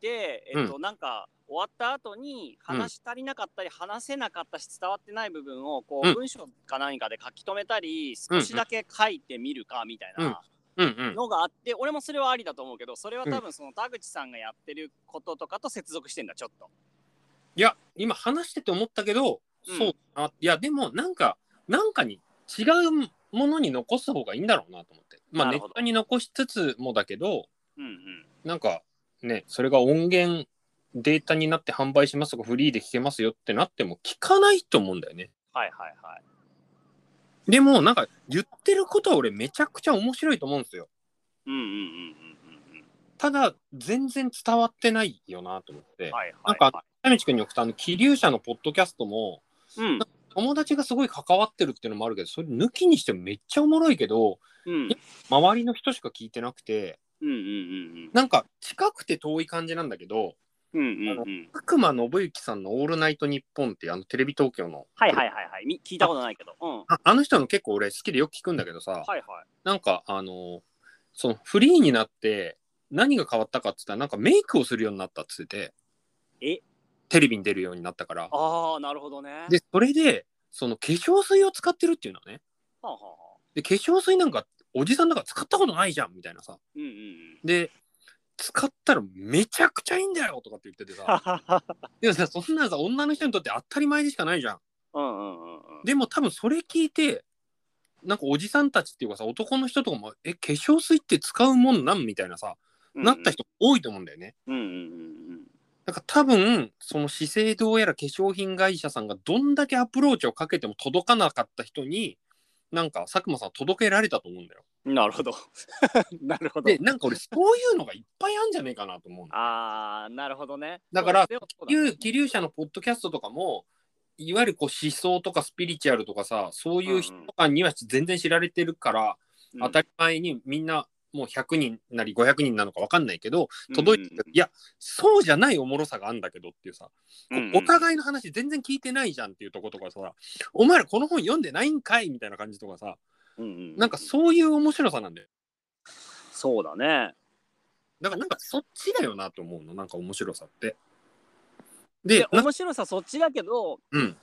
[SPEAKER 1] て、えっとなんか終わった後に話し足りなかったり話せなかったし伝わってない部分をこう
[SPEAKER 2] うん
[SPEAKER 1] 文章か何かで書き留めたり
[SPEAKER 2] うん
[SPEAKER 1] 少しだけ書いてみるかみたいな
[SPEAKER 2] うんうん
[SPEAKER 1] のがあって俺もそれはありだと思うけどそれは多分その田口さんがやってることとかと接続してんだちょっと。
[SPEAKER 2] いや今話してて思ったけど、
[SPEAKER 1] うん
[SPEAKER 2] そうあいやでもなんかなんかに違うものに残す方がいいんだろうなと思ってまあ
[SPEAKER 1] なる
[SPEAKER 2] ネッ
[SPEAKER 1] ほど
[SPEAKER 2] トに残しつつもだけど
[SPEAKER 1] うんうん、
[SPEAKER 2] なんかねそれが音源データになって販売しますとかフリーで聞けますよってなっても聞かないと思うんだよね
[SPEAKER 1] はいはいはい。
[SPEAKER 2] でもなんか言ってることは俺めちゃくちゃ面白いと思うんですよ。
[SPEAKER 1] うんうんうんうんうん
[SPEAKER 2] ただ全然伝わってないよなと思って。
[SPEAKER 1] うん。はい
[SPEAKER 2] な
[SPEAKER 1] はい、
[SPEAKER 2] ん
[SPEAKER 1] は
[SPEAKER 2] か、谷口君に送ったあの、気流者のポッドキャストも、
[SPEAKER 1] い。うん
[SPEAKER 2] 友達がすごい関わってるっていうのもあるけど、それ抜きにしてもめっちゃおもろいけど、
[SPEAKER 1] うん
[SPEAKER 2] 周りの人しか聞いてなくて、
[SPEAKER 1] うんうん
[SPEAKER 2] なんか近くて遠い感じなんだけど、
[SPEAKER 1] うんうんうんうん。
[SPEAKER 2] 悪間信之さんのオールナイトニッポンっていうあのテレビ東京の、
[SPEAKER 1] はいはいはいはい。み聞いたことないけど。うん。は
[SPEAKER 2] ああの人の結構俺好きでよく聞くんだけどさ、
[SPEAKER 1] いはい。
[SPEAKER 2] なんかあのそのフリーになって何が変わったかって言ったらなんかメイクをするようになったっつってて
[SPEAKER 1] え
[SPEAKER 2] テレビに出るようになったから
[SPEAKER 1] ああ、なるほどね。
[SPEAKER 2] でそれでその化粧水を使ってるっていうのね
[SPEAKER 1] はあ、はあはあ、
[SPEAKER 2] で化粧水なんかおじさんだから使ったことないじゃんみたいなさ
[SPEAKER 1] うんうんうん。
[SPEAKER 2] <laughs> で使ったらめちゃくちゃいいんだよとかって言っててさでもさそんなのさ女の人にとって当たり前でしかないじゃん
[SPEAKER 1] うんうんうんうん。
[SPEAKER 2] でも多分それ聞いてなんかおじさんたちっていうかさ男の人とかもえ化粧水って使うもんなんみたいなさなった。人多いと思うんだよね。
[SPEAKER 1] うんうんうん
[SPEAKER 2] だから多分その資生堂やら化粧品会社さんがどんだけアプローチをかけても届かなかった人になんか佐久間さんは届けられたと思うんだよ。
[SPEAKER 1] うん。なるほど。 <laughs> なるほど
[SPEAKER 2] で。なんか俺そういうのがいっぱいあるんじゃねえかなと思うの。
[SPEAKER 1] ああ、なるほどね。
[SPEAKER 2] だから
[SPEAKER 1] そうでもそうだね
[SPEAKER 2] いう気流者のポッドキャストとかもいわゆるこう思想とかスピリチュアルとかさそういう人とかには全然知られてるから、
[SPEAKER 1] うん
[SPEAKER 2] 当たり前にみんなもう100人なり500人なのか分かんないけど
[SPEAKER 1] うん
[SPEAKER 2] 届いて、いやそうじゃないおもろさがあんだけどっていうさ、
[SPEAKER 1] うんうん
[SPEAKER 2] お互いの話全然聞いてないじゃんっていうとことかさお前らこの本読んでないんかいみたいな感じとかさ
[SPEAKER 1] うんうん
[SPEAKER 2] なんかそういう面白さなんだよ
[SPEAKER 1] そうだね
[SPEAKER 2] だからなんかそっちだよなと思うのなんか面白さって。
[SPEAKER 1] で
[SPEAKER 2] でなんか
[SPEAKER 1] 面白さそっちだけど
[SPEAKER 2] うん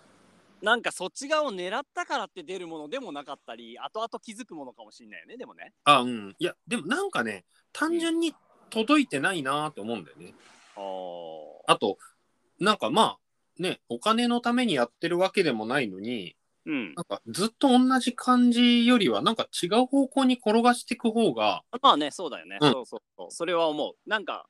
[SPEAKER 1] なんかそっち側を狙ったからって出るものでもなかったり後々気づくものかもしれないよねでもね
[SPEAKER 2] あうんいやでもなんかね単純に届いてないなと思うんだよね。
[SPEAKER 1] お
[SPEAKER 2] あとなんかまあねお金のためにやってるわけでもないのに
[SPEAKER 1] うん
[SPEAKER 2] なんかずっと同じ感じよりはなんか違う方向に転がしていく方が
[SPEAKER 1] <laughs> まあねそうだよね、
[SPEAKER 2] うん
[SPEAKER 1] そうそうそうそれは思うなんか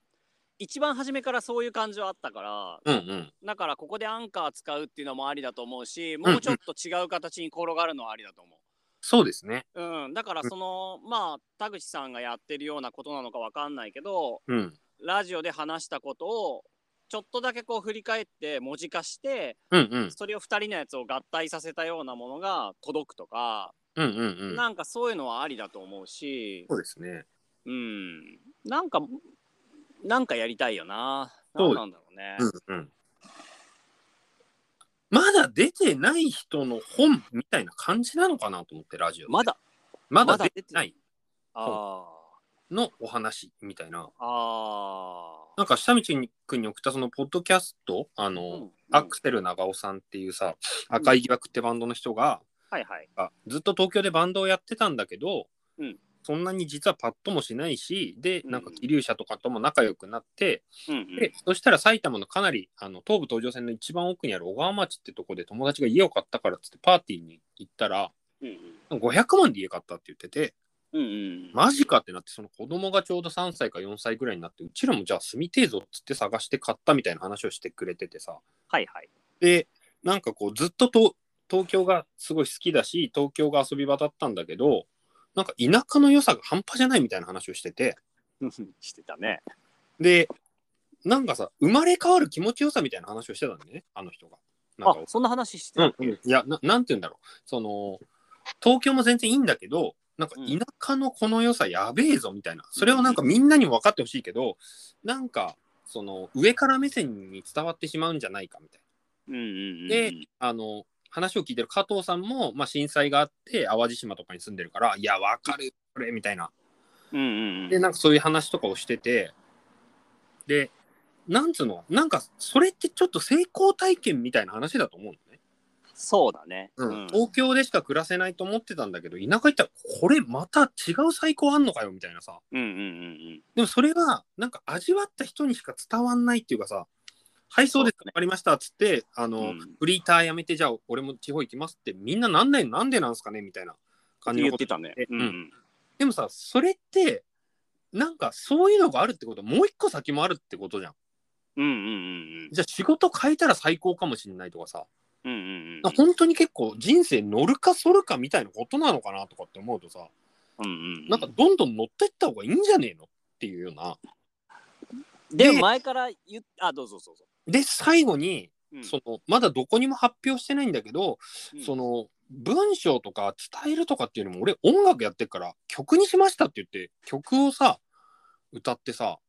[SPEAKER 1] 一番初めからそういう感じはあったから
[SPEAKER 2] うんうん
[SPEAKER 1] だからここでアンカー使うっていうのもありだと思うしもうちょっと違う形に転がるのはありだと思う、
[SPEAKER 2] そうですね。
[SPEAKER 1] うん、だからその、まあ田口さんがやってるようなことなのかわかんないけど
[SPEAKER 2] うん
[SPEAKER 1] ラジオで話したことをちょっとだけこう振り返って文字化して
[SPEAKER 2] うんうん
[SPEAKER 1] それを2人のやつを合体させたようなものが届くとか、
[SPEAKER 2] うんうんうん。
[SPEAKER 1] なんかそういうのはありだと思うし、
[SPEAKER 2] そうですね。
[SPEAKER 1] うん、なんかなんかやりたいよな。
[SPEAKER 2] そ
[SPEAKER 1] 何
[SPEAKER 2] う
[SPEAKER 1] なんだろうね。
[SPEAKER 2] うんうん。まだ出てない人の本みたいな感じなのかなと思ってラジオ。
[SPEAKER 1] まだ
[SPEAKER 2] ま
[SPEAKER 1] ま
[SPEAKER 2] だ
[SPEAKER 1] だ
[SPEAKER 2] 出てない
[SPEAKER 1] あ
[SPEAKER 2] のお話みたいな。
[SPEAKER 1] ーあ
[SPEAKER 2] なんか下道君に送ったそのポッドキャストあの、
[SPEAKER 1] ー、うん
[SPEAKER 2] アクセル長尾さんっていうさ赤い疑惑ってバンドの人が、
[SPEAKER 1] はいはい。
[SPEAKER 2] あずっと東京でバンドをやってたんだけど、
[SPEAKER 1] うん
[SPEAKER 2] そんなに実はパッともしないしで
[SPEAKER 1] うん
[SPEAKER 2] なんか気流者とかとも仲良くなって、
[SPEAKER 1] うんうん
[SPEAKER 2] でそしたら埼玉のかなりあの東武東上線の一番奥にある小川町ってとこで友達が家を買ったからっつってパーティーに行ったら
[SPEAKER 1] うん
[SPEAKER 2] 500万で家買ったって言ってて
[SPEAKER 1] うんうん
[SPEAKER 2] マジかってなってその子供がちょうど3歳か4歳ぐらいになってうちらもじゃあ住みてえぞっつって探して買ったみたいな話をしてくれててさ
[SPEAKER 1] はいはい。 <laughs>
[SPEAKER 2] でなんかこうずっとと東京がすごい好きだし東京が遊び場だったんだけどなんか田舎の良さが半端じゃないみたいな話をしてて
[SPEAKER 1] してたね。
[SPEAKER 2] でなんかさ生まれ変わる気持ちよさみたいな話をしてたんだよねあの人が。なん
[SPEAKER 1] あ
[SPEAKER 2] か
[SPEAKER 1] そんな話して
[SPEAKER 2] う
[SPEAKER 1] た
[SPEAKER 2] んうん、いやな、なんて言うんだろう。その、東京も全然いいんだけど、なんか
[SPEAKER 1] うん
[SPEAKER 2] 田舎のこの良さやべえぞみたいな。それをなんかみんなにも分かってほしいけど、なんか、その、上から目線に伝わってしまうんじゃないかみたい
[SPEAKER 1] うんうんうん、
[SPEAKER 2] でな。あの、話を聞いてる加藤さんも、まあ、震災があって、淡路島とかに住んでるから、いや、分かるよ、これ、みたいな。
[SPEAKER 1] うんうんうん、
[SPEAKER 2] で、なんかそういう話とかをしてて、で、なんつうの、なんか、それってちょっと成功体験みたいな話だと思うのね。
[SPEAKER 1] そうだね。
[SPEAKER 2] うん、東京でしか暮らせないと思ってたんだけど田舎行ったらこれまた違う最高あんのかよみたいなさ
[SPEAKER 1] うんうんうん
[SPEAKER 2] でもそれがなんか味わった人にしか伝わんないっていうかさ「はいそうです
[SPEAKER 1] そうだね
[SPEAKER 2] 分かりました」っつってあ
[SPEAKER 1] う
[SPEAKER 2] の、
[SPEAKER 1] んうん。
[SPEAKER 2] フリーターやめてじゃあ俺も地方行きますってみんななんないなんでなんすかねみたいな感じ
[SPEAKER 1] 言
[SPEAKER 2] の
[SPEAKER 1] っ
[SPEAKER 2] こと
[SPEAKER 1] てたね。
[SPEAKER 2] え
[SPEAKER 1] うんうん、
[SPEAKER 2] でもさそれってなんかそういうのがあるってことはもう一個先もあるってことじゃん
[SPEAKER 1] うんうん
[SPEAKER 2] じゃあ仕事変えたら最高かもしれないとかさ
[SPEAKER 1] うんうんうんうんうん
[SPEAKER 2] 本当に結構人生乗るかそるかみたいなことなのかなとかって思うとさ
[SPEAKER 1] うんうん
[SPEAKER 2] なんかどんどん乗ってった方がいいんじゃねえのっていうような。
[SPEAKER 1] でも前から言っあどうぞどうぞ。
[SPEAKER 2] で最後に
[SPEAKER 1] うん
[SPEAKER 2] そのまだどこにも発表してないんだけど、その文章とか伝えるとかっていうよりも俺音楽やってるから曲にしましたって言って曲をさ歌ってさ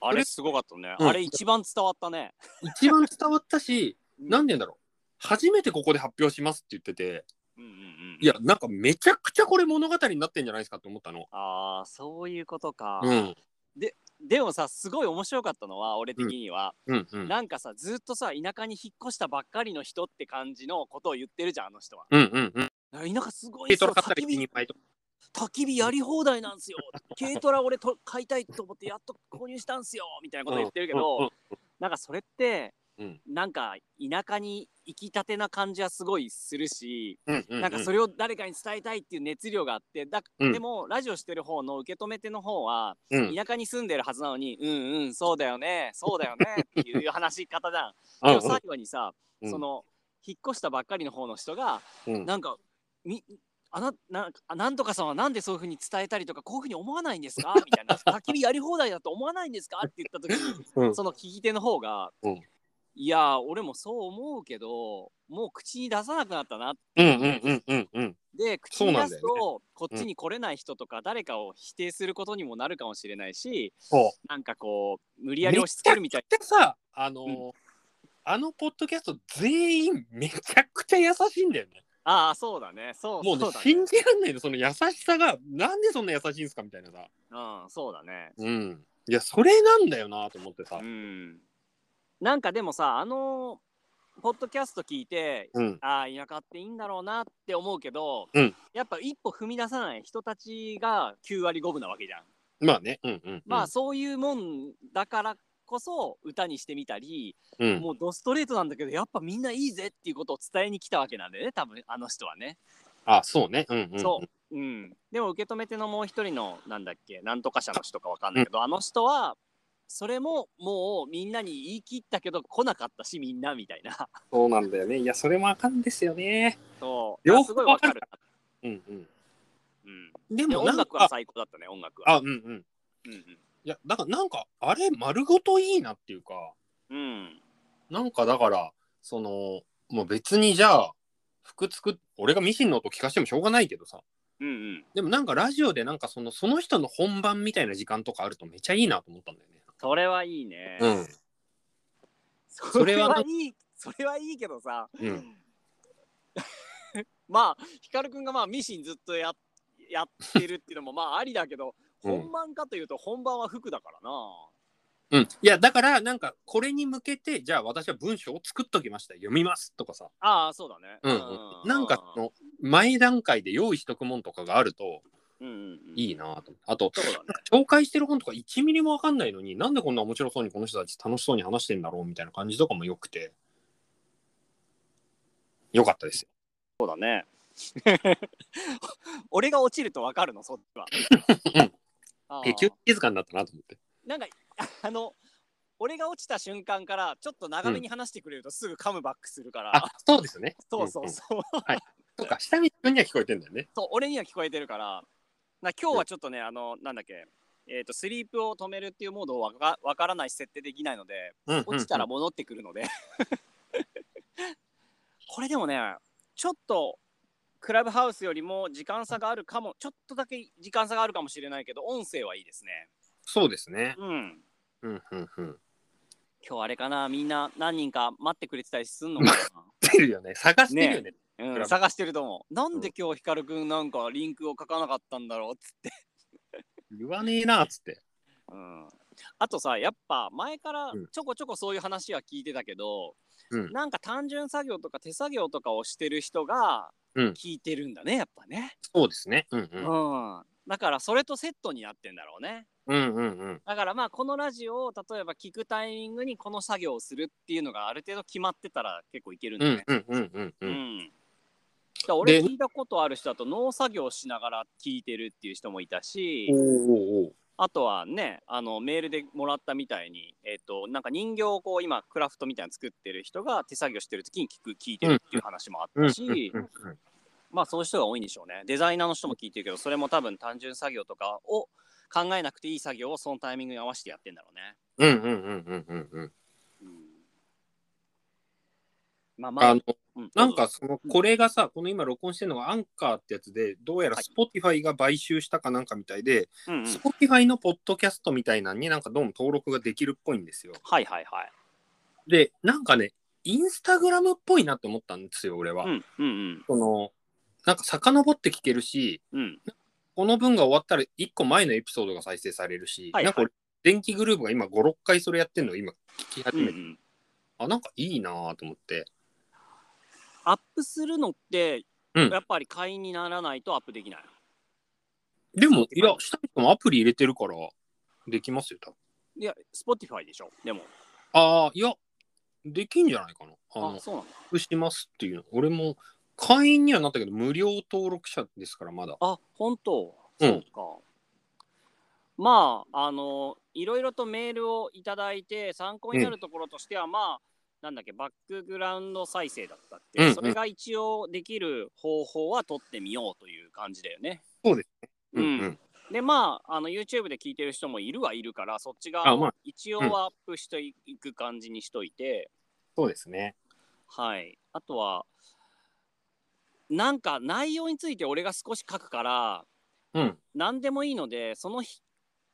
[SPEAKER 1] あれすごかったね。
[SPEAKER 2] うん
[SPEAKER 1] あれ一番伝わったね。
[SPEAKER 2] 一番伝わったし
[SPEAKER 1] うん
[SPEAKER 2] 何て言うんだろう初めてここで発表しますって言ってて
[SPEAKER 1] うんうんうん、
[SPEAKER 2] いやなんかめちゃくちゃこれ物語になってんじゃないですかって思ったの。
[SPEAKER 1] ああそういうことか、
[SPEAKER 2] うん
[SPEAKER 1] でもさすごい面白かったのは俺的には、
[SPEAKER 2] うんうん
[SPEAKER 1] なんかさずっとさ田舎に引っ越したばっかりの人って感じのことを言ってるじゃんあの人は。
[SPEAKER 2] うんうんうん。
[SPEAKER 1] 田舎すごいん
[SPEAKER 2] 軽
[SPEAKER 1] す
[SPEAKER 2] ト
[SPEAKER 1] よ
[SPEAKER 2] ラ買ったり
[SPEAKER 1] 焚き
[SPEAKER 2] 一
[SPEAKER 1] 火
[SPEAKER 2] 人前とか。
[SPEAKER 1] 焚き火やり放題なんすよ軽トラ俺と買いたいと思ってやっと購入したんすよみたいなこと言ってるけど、
[SPEAKER 2] うんうん
[SPEAKER 1] なんかそれって、
[SPEAKER 2] うん
[SPEAKER 1] なんか田舎に行きたてな感じはすごいするし、
[SPEAKER 2] うんうんうん
[SPEAKER 1] なんかそれを誰かに伝えたいっていう熱量があってだ、
[SPEAKER 2] うん
[SPEAKER 1] でもラジオしてる方の受け止め手の方は、
[SPEAKER 2] うん
[SPEAKER 1] 田舎に住んでるはずなのに「うんうんそうだよねそうだよ
[SPEAKER 2] <laughs>
[SPEAKER 1] ね」っていう話し方じゃん。
[SPEAKER 2] う
[SPEAKER 1] で
[SPEAKER 2] ん
[SPEAKER 1] も
[SPEAKER 2] うん
[SPEAKER 1] 最後にさ、
[SPEAKER 2] うん
[SPEAKER 1] その引っ越したばっかりの方の人が、
[SPEAKER 2] うん
[SPEAKER 1] なんかみあななんかあなんとかさんはなんでそういうふうに伝えたりとかこういうふうに思わないんです
[SPEAKER 2] <laughs>
[SPEAKER 1] かみたいな焚き火やり放題だと思わないんですかって言った時に、
[SPEAKER 2] うん
[SPEAKER 1] その聞き手の方が、
[SPEAKER 2] うん
[SPEAKER 1] いやー俺もそう思うけどもう口に出さなくなったな
[SPEAKER 2] うんうんうんうんうん。
[SPEAKER 1] で口
[SPEAKER 2] そう
[SPEAKER 1] に
[SPEAKER 2] な
[SPEAKER 1] 出
[SPEAKER 2] んだよね
[SPEAKER 1] すと、こっちに来れない人とか誰かを否定することにもなるかもしれないし、
[SPEAKER 2] そう
[SPEAKER 1] なんかこう無理やり押し付けるみたい
[SPEAKER 2] でさ、あのー
[SPEAKER 1] う
[SPEAKER 2] あのポッドキャスト全員めちゃくちゃ優しいんだよね。
[SPEAKER 1] なああそうだねそう
[SPEAKER 2] もうね
[SPEAKER 1] そうだね
[SPEAKER 2] 信じらんないの、その優しさが、なんでそんな優しいんですかみたいなさ。
[SPEAKER 1] うんそうだね
[SPEAKER 2] うん。いや、それなんだよなと思ってさ
[SPEAKER 1] う。んなんかでもさあのポッドキャスト聞いて
[SPEAKER 2] うん。
[SPEAKER 1] ああ田舎っていいんだろうなって思うけど、
[SPEAKER 2] うん
[SPEAKER 1] やっぱ一歩踏み出さない人たちが9割5分なわけじゃん。
[SPEAKER 2] まあね。うんうん、うん。
[SPEAKER 1] まあそういうもんだからこそ歌にしてみたり、
[SPEAKER 2] うん、
[SPEAKER 1] もうドストレートなんだけどやっぱみんないいぜっていうことを伝えに来たわけなんだよね多分あの人はね。
[SPEAKER 2] あ、そうね。うんうん、うん。
[SPEAKER 1] そう。うん、でも受け止めてのもう一人のなんだっけなんとか社の人かわかんないけど、あの人はそれももうみんなに言い切ったけど来なかったしみんなみたいな <laughs>
[SPEAKER 2] そうなんだよね。いや、それもあかんですよね。
[SPEAKER 1] そう
[SPEAKER 2] 両方
[SPEAKER 1] すごいわかる、
[SPEAKER 2] うんうん。
[SPEAKER 1] うん、
[SPEAKER 2] で
[SPEAKER 1] で
[SPEAKER 2] も
[SPEAKER 1] 音
[SPEAKER 2] なんか
[SPEAKER 1] 楽は最高だったね音楽は
[SPEAKER 2] あ、うんうん。
[SPEAKER 1] うん
[SPEAKER 2] いや、だからなんか、あれ、丸ごといいなっていうか、
[SPEAKER 1] うん、うん、
[SPEAKER 2] なんかだから、その、もう別にじゃあ、服作っ、俺がミシンの音聞かしてもしょうがないけどさ、
[SPEAKER 1] うんうん
[SPEAKER 2] でもなんかラジオでなんかその、その人の本番みたいな時間とかあるとめちゃいいなと思ったんだよね。
[SPEAKER 1] それはいいね、
[SPEAKER 2] うん。
[SPEAKER 1] それ
[SPEAKER 2] れは
[SPEAKER 1] はいいそれはいいけどさ
[SPEAKER 2] うん、
[SPEAKER 1] まあ光くんがまあミシンずっとややってるっていうのもまあありだけど、
[SPEAKER 2] うん
[SPEAKER 1] 本番かというと本番は服だからな
[SPEAKER 2] うん、いやだからなんかこれに向けてじゃあ私は文章を作っときました読みますとかさ、
[SPEAKER 1] ああそうだね
[SPEAKER 2] うんうん、なんかその前段階で用意しとくもんとかがあると
[SPEAKER 1] うんうんうん
[SPEAKER 2] いいなと思ってあと
[SPEAKER 1] そうだね
[SPEAKER 2] 紹介してる本とか1ミリも分かんないのになんでこんな面白そうにこの人たち楽しそうに話してんだろうみたいな感じとかもよくてよかったですよ。
[SPEAKER 1] そうだね俺が落ちるとわかるのそっちは
[SPEAKER 2] うん
[SPEAKER 1] ああ
[SPEAKER 2] え急に静かになったなと思って。
[SPEAKER 1] なんか <laughs> あの俺が落ちた瞬間からちょっと長めに話してくれるとすぐカムバックするから、
[SPEAKER 2] あそうですよね。
[SPEAKER 1] そうそう
[SPEAKER 2] うんん
[SPEAKER 1] そう
[SPEAKER 2] とか下見君には聞こえてんだよね。
[SPEAKER 1] そう俺には聞こえてるからな今日はちょっとねあのなんだっけえー、とスリープを止めるっていうモードをわかわからないし設定できないので
[SPEAKER 2] うんうんうん
[SPEAKER 1] 落ちたら戻ってくるので <laughs> これでもねちょっとクラブハウスよりも時間差があるかもちょっとだけ時間差があるかもしれないけど音声はいいですね
[SPEAKER 2] そうですね。
[SPEAKER 1] うん
[SPEAKER 2] うんうんうん。
[SPEAKER 1] 今日あれかなみんな何人か待ってくれてたりすんのか
[SPEAKER 2] 出るよね。探してるよね。
[SPEAKER 1] な、う
[SPEAKER 2] クラ
[SPEAKER 1] ん、
[SPEAKER 2] ブ
[SPEAKER 1] 探してると思うなんで今日光くんなんかリンクを書かなかったんだろうっつって
[SPEAKER 2] 言わねえなっつって。
[SPEAKER 1] うんあとさやっぱ前から
[SPEAKER 2] うん
[SPEAKER 1] ちょこちょこそういう話は聞いてたけど、
[SPEAKER 2] うん
[SPEAKER 1] なんか単純作業とか手作業とかをしてる人が
[SPEAKER 2] うん
[SPEAKER 1] 聞いてるんだねやっぱね、
[SPEAKER 2] そうですね。うんう。
[SPEAKER 1] うんんだからそれとセットになってんだろうね
[SPEAKER 2] うんうんうん。
[SPEAKER 1] だからまあこのラジオを例えば聞くタイミングにこの作業をするっていうのがある程度決まってたら結構いけるん
[SPEAKER 2] う
[SPEAKER 1] だね、
[SPEAKER 2] んうんうんうんう。
[SPEAKER 1] うんん、俺
[SPEAKER 2] で
[SPEAKER 1] 聞いたことある人だと農作業しながら聞いてるっていう人もいたし
[SPEAKER 2] おおお
[SPEAKER 1] あとはねあのメールでもらったみたいに、えっとなんか人形をこう今クラフトみたいなの作ってる人が手作業してる時に聞く聞いてるっていう話もあったし、まあそういう人が多いんでしょうねデザイナーの人も聞いてるけどそれも多分単純作業とかを考えなくていい作業をそのタイミングに合わせてやってんだろうね。
[SPEAKER 2] うんうんうんうんうんうん。
[SPEAKER 1] うんまあまあ
[SPEAKER 2] あの、
[SPEAKER 1] う
[SPEAKER 2] なんかその、これがさ、この今録音してるのがアンカーってやつで、どうやら
[SPEAKER 1] はい
[SPEAKER 2] Spotify が買収したかなんかみたいで、
[SPEAKER 1] うんうん
[SPEAKER 2] Spotify のポッドキャストみたいなのになんかどうも登録ができるっぽいんですよ。
[SPEAKER 1] はいはいはい。
[SPEAKER 2] で、なんかね、インスタグラムっぽいなって思ったんですよ、俺は。
[SPEAKER 1] うんうんうん
[SPEAKER 2] その、なんか遡って聞けるし、
[SPEAKER 1] うん。
[SPEAKER 2] この分が終わったら1個前のエピソードが再生されるし、
[SPEAKER 1] はい
[SPEAKER 2] なんか俺電気グループが今5、6回それやってんのを今聞き始
[SPEAKER 1] うん
[SPEAKER 2] め
[SPEAKER 1] う
[SPEAKER 2] て、
[SPEAKER 1] ん
[SPEAKER 2] あ、なんかいいなぁと思って。
[SPEAKER 1] アップするのって、
[SPEAKER 2] うん
[SPEAKER 1] やっぱり会員にならないとアップできない。
[SPEAKER 2] でも、いや、下にもアプリ入れてるから、できますよ、多分。
[SPEAKER 1] いや、Spotify でしょ、でも。
[SPEAKER 2] ああ、いや、できんじゃないかな。あ
[SPEAKER 1] あ
[SPEAKER 2] の、アッ
[SPEAKER 1] そうなんだ。
[SPEAKER 2] プしますっていうの。俺も会員にはなったけど、無料登録者ですから、まだ。
[SPEAKER 1] あ、本当。
[SPEAKER 2] うん
[SPEAKER 1] そうか。まあ、あの、いろいろとメールをいただいて、参考になるところとしては、まあ、なんだっけ、バックグラウンド再生だったって、
[SPEAKER 2] うんうん
[SPEAKER 1] それが一応できる方法は取ってみようという感じだよね。
[SPEAKER 2] そうです
[SPEAKER 1] うん、でまああの YouTube で聞いてる人もいるはいるからそっち側
[SPEAKER 2] あま
[SPEAKER 1] も
[SPEAKER 2] あ
[SPEAKER 1] 一応はアップしていく感じにしといて、
[SPEAKER 2] そうですね。
[SPEAKER 1] はいあとはなんか内容について俺が少し書くから
[SPEAKER 2] うん。
[SPEAKER 1] 何でもいいのでその日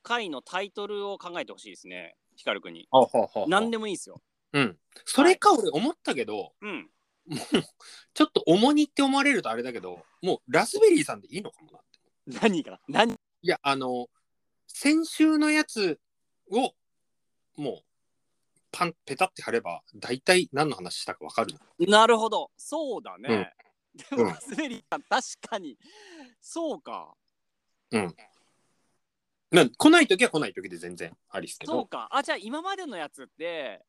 [SPEAKER 1] 回のタイトルを考えてほしいですねヒカルくんに
[SPEAKER 2] あはあはあはあ
[SPEAKER 1] 何でもいいですよ
[SPEAKER 2] うん。それか俺思ったけど、 <laughs>
[SPEAKER 1] うん
[SPEAKER 2] ちょっと重荷って思われるとあれだけど、もうラズベリーさんでいいのかもなって。
[SPEAKER 1] 何が何
[SPEAKER 2] いや、あの、先週のやつを、もう、パン、ペタって貼れば、大体何の話したかわかるな。
[SPEAKER 1] なるほどそうだね、
[SPEAKER 2] ん
[SPEAKER 1] <laughs> で
[SPEAKER 2] う
[SPEAKER 1] も
[SPEAKER 2] ん
[SPEAKER 1] ラズベリーさん確かにそうか
[SPEAKER 2] な来ないときは来ないときで全然ありっすけ
[SPEAKER 1] そう
[SPEAKER 2] ど、
[SPEAKER 1] かあじゃあ今までのやつって、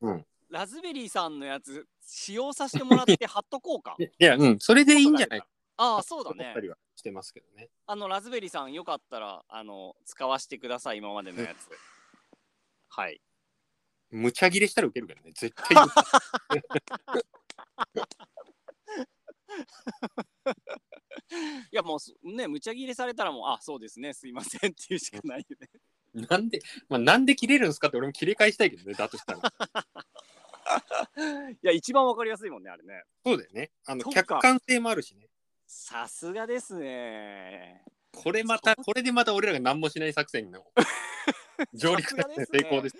[SPEAKER 2] うん
[SPEAKER 1] ラズベリーさんのやつ使用させてもら
[SPEAKER 2] <laughs>
[SPEAKER 1] って貼っとこうか
[SPEAKER 2] いや、うん、それでいいんじゃないか
[SPEAKER 1] ああそうだ
[SPEAKER 2] 思
[SPEAKER 1] ね
[SPEAKER 2] ったりはしてますけどね。
[SPEAKER 1] あのラズベリーさんよかったらあの使わせてください今までの
[SPEAKER 2] <laughs>
[SPEAKER 1] やつはい
[SPEAKER 2] 無茶切れしたらウケるけどね、絶対に。
[SPEAKER 1] いやもうすね無茶切れされたらもうあそうですねすいませんっていうしかないよね <laughs>
[SPEAKER 2] なんで、まあ、なんで切れるんですかって俺も切り返したいけどね、だとしたら。
[SPEAKER 1] <laughs> いや一番わかりやすいもんねあれね
[SPEAKER 2] そうだよね。あの、
[SPEAKER 1] そうか
[SPEAKER 2] 客観性もあるしね。
[SPEAKER 1] さすがですね
[SPEAKER 2] これまた、これでまた俺らが何もしない作
[SPEAKER 1] <laughs>
[SPEAKER 2] 戦の上陸作戦成功です。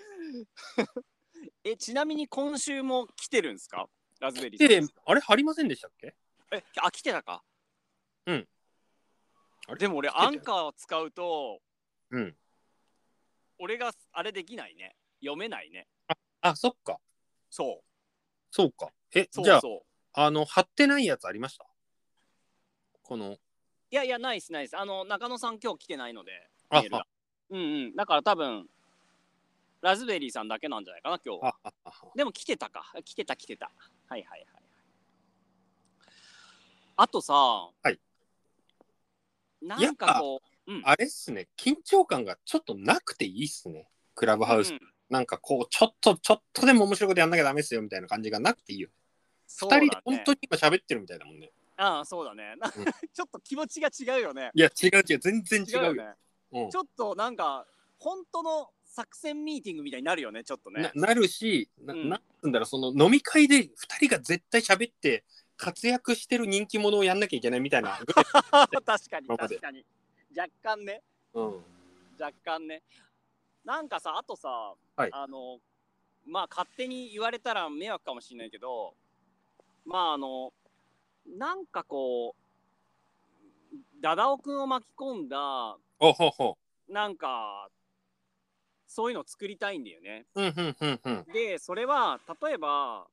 [SPEAKER 1] えちなみに今週も来てるんですかラズベリーさん
[SPEAKER 2] で、あれ貼りませんでしたっけ
[SPEAKER 1] えあ来てたか
[SPEAKER 2] うんあれ
[SPEAKER 1] でも俺
[SPEAKER 2] てたよ
[SPEAKER 1] アンカーを使うと
[SPEAKER 2] うん。
[SPEAKER 1] 俺があれできないね読めないね
[SPEAKER 2] あ、そっか。
[SPEAKER 1] そう
[SPEAKER 2] そうか。え、
[SPEAKER 1] そう
[SPEAKER 2] じゃ
[SPEAKER 1] そう
[SPEAKER 2] あ、あの、貼ってないやつありましたこの、
[SPEAKER 1] いやいやないですないですあの中野さん今日来てないのでメ
[SPEAKER 2] あ
[SPEAKER 1] ールがうんうんだから多分ラズベリーさんだけなんじゃないかな今日
[SPEAKER 2] あ、あ、あ、
[SPEAKER 1] でも来てたか来てた来てたはいはいはいあとさはいなんかこううん
[SPEAKER 2] あれっすね。緊張感がちょっとなくていいっすね。クラブハウス。
[SPEAKER 1] うん
[SPEAKER 2] なんかこう、ちょっと、ちょっとでも面白いことやんなきゃダメっすよみたいな感じがなくていいよ。
[SPEAKER 1] そ
[SPEAKER 2] 二、
[SPEAKER 1] うだね
[SPEAKER 2] 人で本当に今喋ってるみたいだもんね。
[SPEAKER 1] ああそうだねなんか
[SPEAKER 2] うん
[SPEAKER 1] <laughs> ちょっと気持ちが違うよね
[SPEAKER 2] いや、違う違う。全然違
[SPEAKER 1] 違うよ
[SPEAKER 2] うよ。
[SPEAKER 1] ね
[SPEAKER 2] うん
[SPEAKER 1] ちょっとなんか本当の作戦ミーティングみたいになるよねちょっとね
[SPEAKER 2] ななるし、な
[SPEAKER 1] うん
[SPEAKER 2] なんつうんだろう、その飲み会で二人が絶対喋って、活躍してる人気者をやんなきゃいけないみ
[SPEAKER 1] <laughs>
[SPEAKER 2] たいな。
[SPEAKER 1] 確かに
[SPEAKER 2] 今まで
[SPEAKER 1] 確かに若干ね
[SPEAKER 2] うん。
[SPEAKER 1] 若干ねなんかさあとさ、
[SPEAKER 2] はい
[SPEAKER 1] あのまあ勝手に言われたら迷惑かもしれないけどまああのなんかこうダダオくんを巻き込んだ
[SPEAKER 2] おほうほ
[SPEAKER 1] なんかそういうの作りたいんだよね
[SPEAKER 2] う。うんうんうんうん。
[SPEAKER 1] でそれは例えば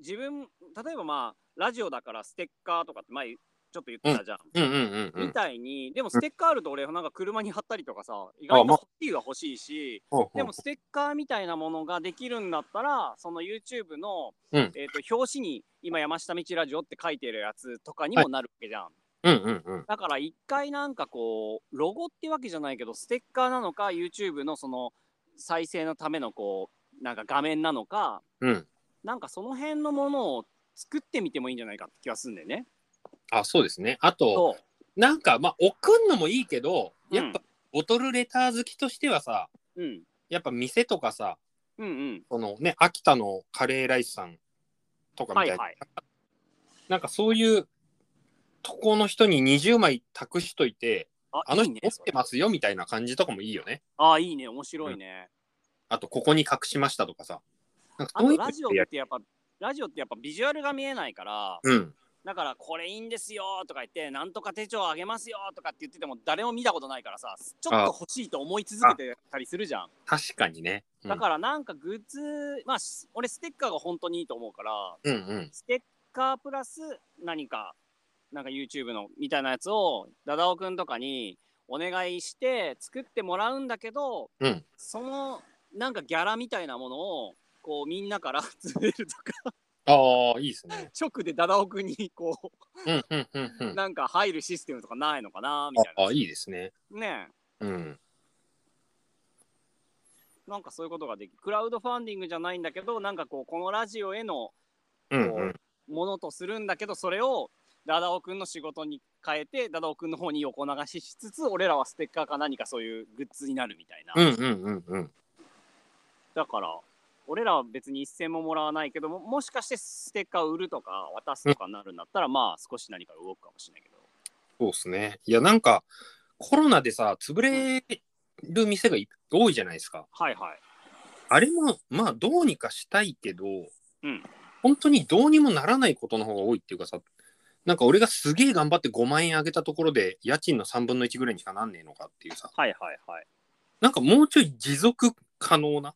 [SPEAKER 1] 自分例えばまあラジオだからステッカーとかって前ちょっと言ってたじゃん、
[SPEAKER 2] うんうんうんう
[SPEAKER 1] み
[SPEAKER 2] ん。
[SPEAKER 1] たいにでもステッカーあると俺なんか車に貼ったりとかさ意外と
[SPEAKER 2] まあ
[SPEAKER 1] ホッピーが欲しいし
[SPEAKER 2] ほうほう
[SPEAKER 1] でもステッカーみたいなものができるんだったらその YouTube の、
[SPEAKER 2] うん
[SPEAKER 1] えー、と表紙に今山下道ラジオって書いてるやつとかにもなるわけじゃん、
[SPEAKER 2] うんうんうん。
[SPEAKER 1] だから一回なんかこうロゴってわけじゃないけどステッカーなのか YouTube のその再生のためのこうなんか画面なのか
[SPEAKER 2] うん。
[SPEAKER 1] なんかその辺のものを作ってみてもいいんじゃないかって気がするんだよね。
[SPEAKER 2] あ、そうですね。あと、
[SPEAKER 1] そう
[SPEAKER 2] なんか、まあ、送んのもいいけど、やっぱ、
[SPEAKER 1] う
[SPEAKER 2] ボトルレター好きとしてはさ、
[SPEAKER 1] うん、
[SPEAKER 2] やっぱ店とかさ、
[SPEAKER 1] うんうん
[SPEAKER 2] このね、秋田のカレーライスさんとかみ
[SPEAKER 1] はい
[SPEAKER 2] た
[SPEAKER 1] い
[SPEAKER 2] な、
[SPEAKER 1] はい
[SPEAKER 2] なんかそういうとこの人に20枚託しといて、
[SPEAKER 1] あ
[SPEAKER 2] あの
[SPEAKER 1] いい
[SPEAKER 2] 人
[SPEAKER 1] ね
[SPEAKER 2] 持っ
[SPEAKER 1] そ
[SPEAKER 2] て
[SPEAKER 1] れ
[SPEAKER 2] ますよみたいな感じとかもいいよね。
[SPEAKER 1] あいいね面白いね、
[SPEAKER 2] あと、ここに隠しましたとかさ。なんか
[SPEAKER 1] あ
[SPEAKER 2] そうい
[SPEAKER 1] と
[SPEAKER 2] うの
[SPEAKER 1] ラジオ
[SPEAKER 2] や
[SPEAKER 1] っ
[SPEAKER 2] る
[SPEAKER 1] てやっぱラジオってやっぱビジュアルが見えないから
[SPEAKER 2] うん。
[SPEAKER 1] だからこれいいんですよとか言ってなんとか手帳あげますよとかって言ってても誰も見たことないからさちょっと欲しいと思い続けてたりするじゃん
[SPEAKER 2] 確かにね。うん
[SPEAKER 1] だからなんかグッズまあし俺ステッカーが本当にいいと思うから
[SPEAKER 2] うんうん。
[SPEAKER 1] ステッカープラス何か、なんか YouTube のみたいなやつを、ダダオくんとかにお願いして作ってもらうんだけど、
[SPEAKER 2] うん
[SPEAKER 1] そのなんかギャラみたいなものを、こうみんなから集めるとか、
[SPEAKER 2] ああ、いいですね。
[SPEAKER 1] 直でダダオくんにこ
[SPEAKER 2] うんうんうんう
[SPEAKER 1] う、
[SPEAKER 2] ん。
[SPEAKER 1] なんか入るシステムとかないのかな、みたい
[SPEAKER 2] ああ、いいですね。
[SPEAKER 1] な。ねえ
[SPEAKER 2] うん。
[SPEAKER 1] なんかそういうことができクラウドファンディングじゃないんだけど、なんかこう、このラジオへの
[SPEAKER 2] うんうん。
[SPEAKER 1] ものとするんだけどそれをダダオくんの仕事に変えてダダオくんの方に横流ししつつ俺らはステッカーか何かそういうグッズになるみたいな、
[SPEAKER 2] うんうんうんうん。
[SPEAKER 1] だから俺らは別に一銭ももらわないけどももしかしてステッカー売るとか渡すとかになるんだったら、まあ少し何か動くかもしれないけど
[SPEAKER 2] そうですね。いや、なんか、コロナでさ、潰れる店がい多いじゃないですか。
[SPEAKER 1] はいはい
[SPEAKER 2] あれも、まあ、どうにかしたいけど、
[SPEAKER 1] うん
[SPEAKER 2] 本当にどうにもならないことの方が多いっていうかさ、なんか俺がすげえ頑張って5万円上げたところで、家賃の3分の1ぐらいにしかなんねえのかっていうさ、
[SPEAKER 1] はいはいはい
[SPEAKER 2] なんかもうちょい持続可能な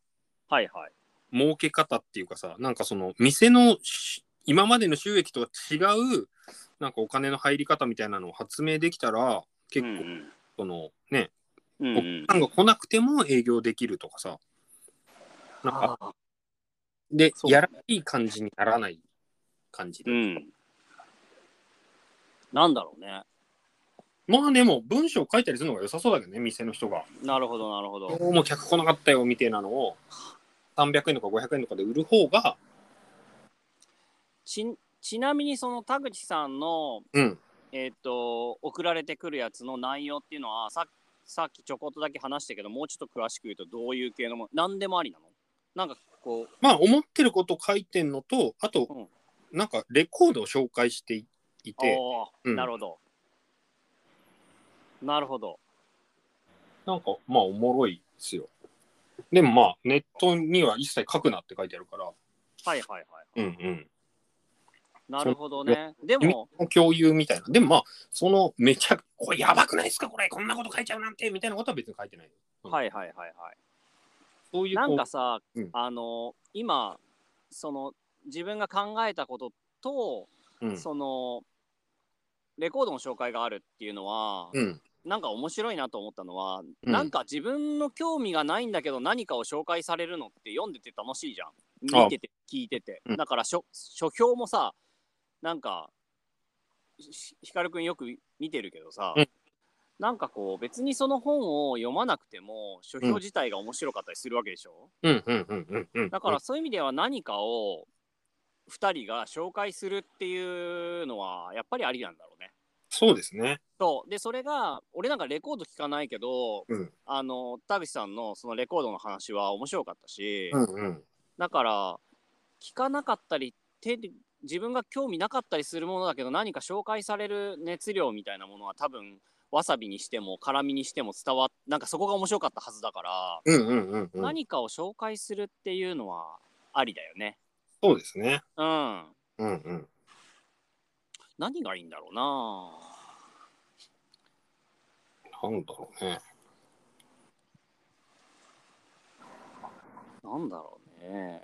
[SPEAKER 1] はいはい
[SPEAKER 2] 儲け方っていうかさ、なんかその、店のし今までの収益とは違う、なんかお金の入り方みたいなのを発明できたら、結
[SPEAKER 1] うん
[SPEAKER 2] 構、その、ね、
[SPEAKER 1] うんうん
[SPEAKER 2] お
[SPEAKER 1] うん
[SPEAKER 2] 客さんが来なくても営業できるとかさ、なんか、
[SPEAKER 1] ああ
[SPEAKER 2] で、
[SPEAKER 1] そうだ
[SPEAKER 2] や
[SPEAKER 1] ね
[SPEAKER 2] らいい感じにならない感じで
[SPEAKER 1] う。んなんだろうね
[SPEAKER 2] まあでも、文章書いたりするのが良さそうだけどね、店の人が。
[SPEAKER 1] なるほどなるほど
[SPEAKER 2] もう客来なかったよ、みたいなのを、300円とか500円とかで売る方が、
[SPEAKER 1] ちちなみにその田口さんの
[SPEAKER 2] うん。
[SPEAKER 1] えっ、と送られてくるやつの内容っていうのはささっきちょこっとだけ話したけどもうちょっと詳しく言うとどういう系のもの何でもありなのなんかこ
[SPEAKER 2] まあ、思ってること書いてんのと、あと、なんか、レコードを紹介していいうて、
[SPEAKER 1] おー
[SPEAKER 2] うん
[SPEAKER 1] なるほどなるほど
[SPEAKER 2] なんか、まあ、おもろいですよ。でもまあ、ネットには一切書くなって書いてあるから、
[SPEAKER 1] はいはいはい
[SPEAKER 2] うんうん。
[SPEAKER 1] なるほどねで
[SPEAKER 2] み
[SPEAKER 1] も
[SPEAKER 2] 共有みたいな。でもまあ、そのめちゃ、これやばくないですかこれ、こんなこと書いちゃうなんて、みたいなことは別に書いてない。うん
[SPEAKER 1] はいはいはいはい
[SPEAKER 2] そういうこ
[SPEAKER 1] な
[SPEAKER 2] うん
[SPEAKER 1] かさ、
[SPEAKER 2] うん
[SPEAKER 1] あの今その自分が考えたことと、
[SPEAKER 2] うん、
[SPEAKER 1] そのレコードの紹介があるっていうのは、
[SPEAKER 2] うん、
[SPEAKER 1] なんか面白いなと思ったのは、
[SPEAKER 2] うん
[SPEAKER 1] なんか自分の興味がないんだけど何かを紹介されるのって読んでて楽しいじゃん
[SPEAKER 2] あ
[SPEAKER 1] 見てて聞いてて、
[SPEAKER 2] うん
[SPEAKER 1] だから書書評もさなんかひひかるくんよく見てるけどさ、
[SPEAKER 2] うん
[SPEAKER 1] なんかこう別にその本を読まなくても書
[SPEAKER 2] うん
[SPEAKER 1] 評自体が面白かったりするわけでしょ、
[SPEAKER 2] うん、うん、うん、うんうん。
[SPEAKER 1] だから、そういう意味では何かを2人が紹介するっていうのはやっぱりありなんだろうね。
[SPEAKER 2] そうですね。
[SPEAKER 1] そうでそれが俺なんかレコード聞かないけど、
[SPEAKER 2] うん
[SPEAKER 1] あの田口さんのそのレコードの話は面白かったし、
[SPEAKER 2] うん、うん。
[SPEAKER 1] だから聞かなかったり手で自分が興味なかったりするものだけど何か紹介される熱量みたいなものは多分わさびにしても辛みにしても伝わっなんかそこが面白かったはずだから、
[SPEAKER 2] うん、うん、うん、うん。
[SPEAKER 1] 何かを紹介するっていうのはありだよね。
[SPEAKER 2] そうですね。
[SPEAKER 1] うん
[SPEAKER 2] うん、うん。
[SPEAKER 1] 何がいいんだろうな
[SPEAKER 2] なんだろうね。
[SPEAKER 1] なんだろうね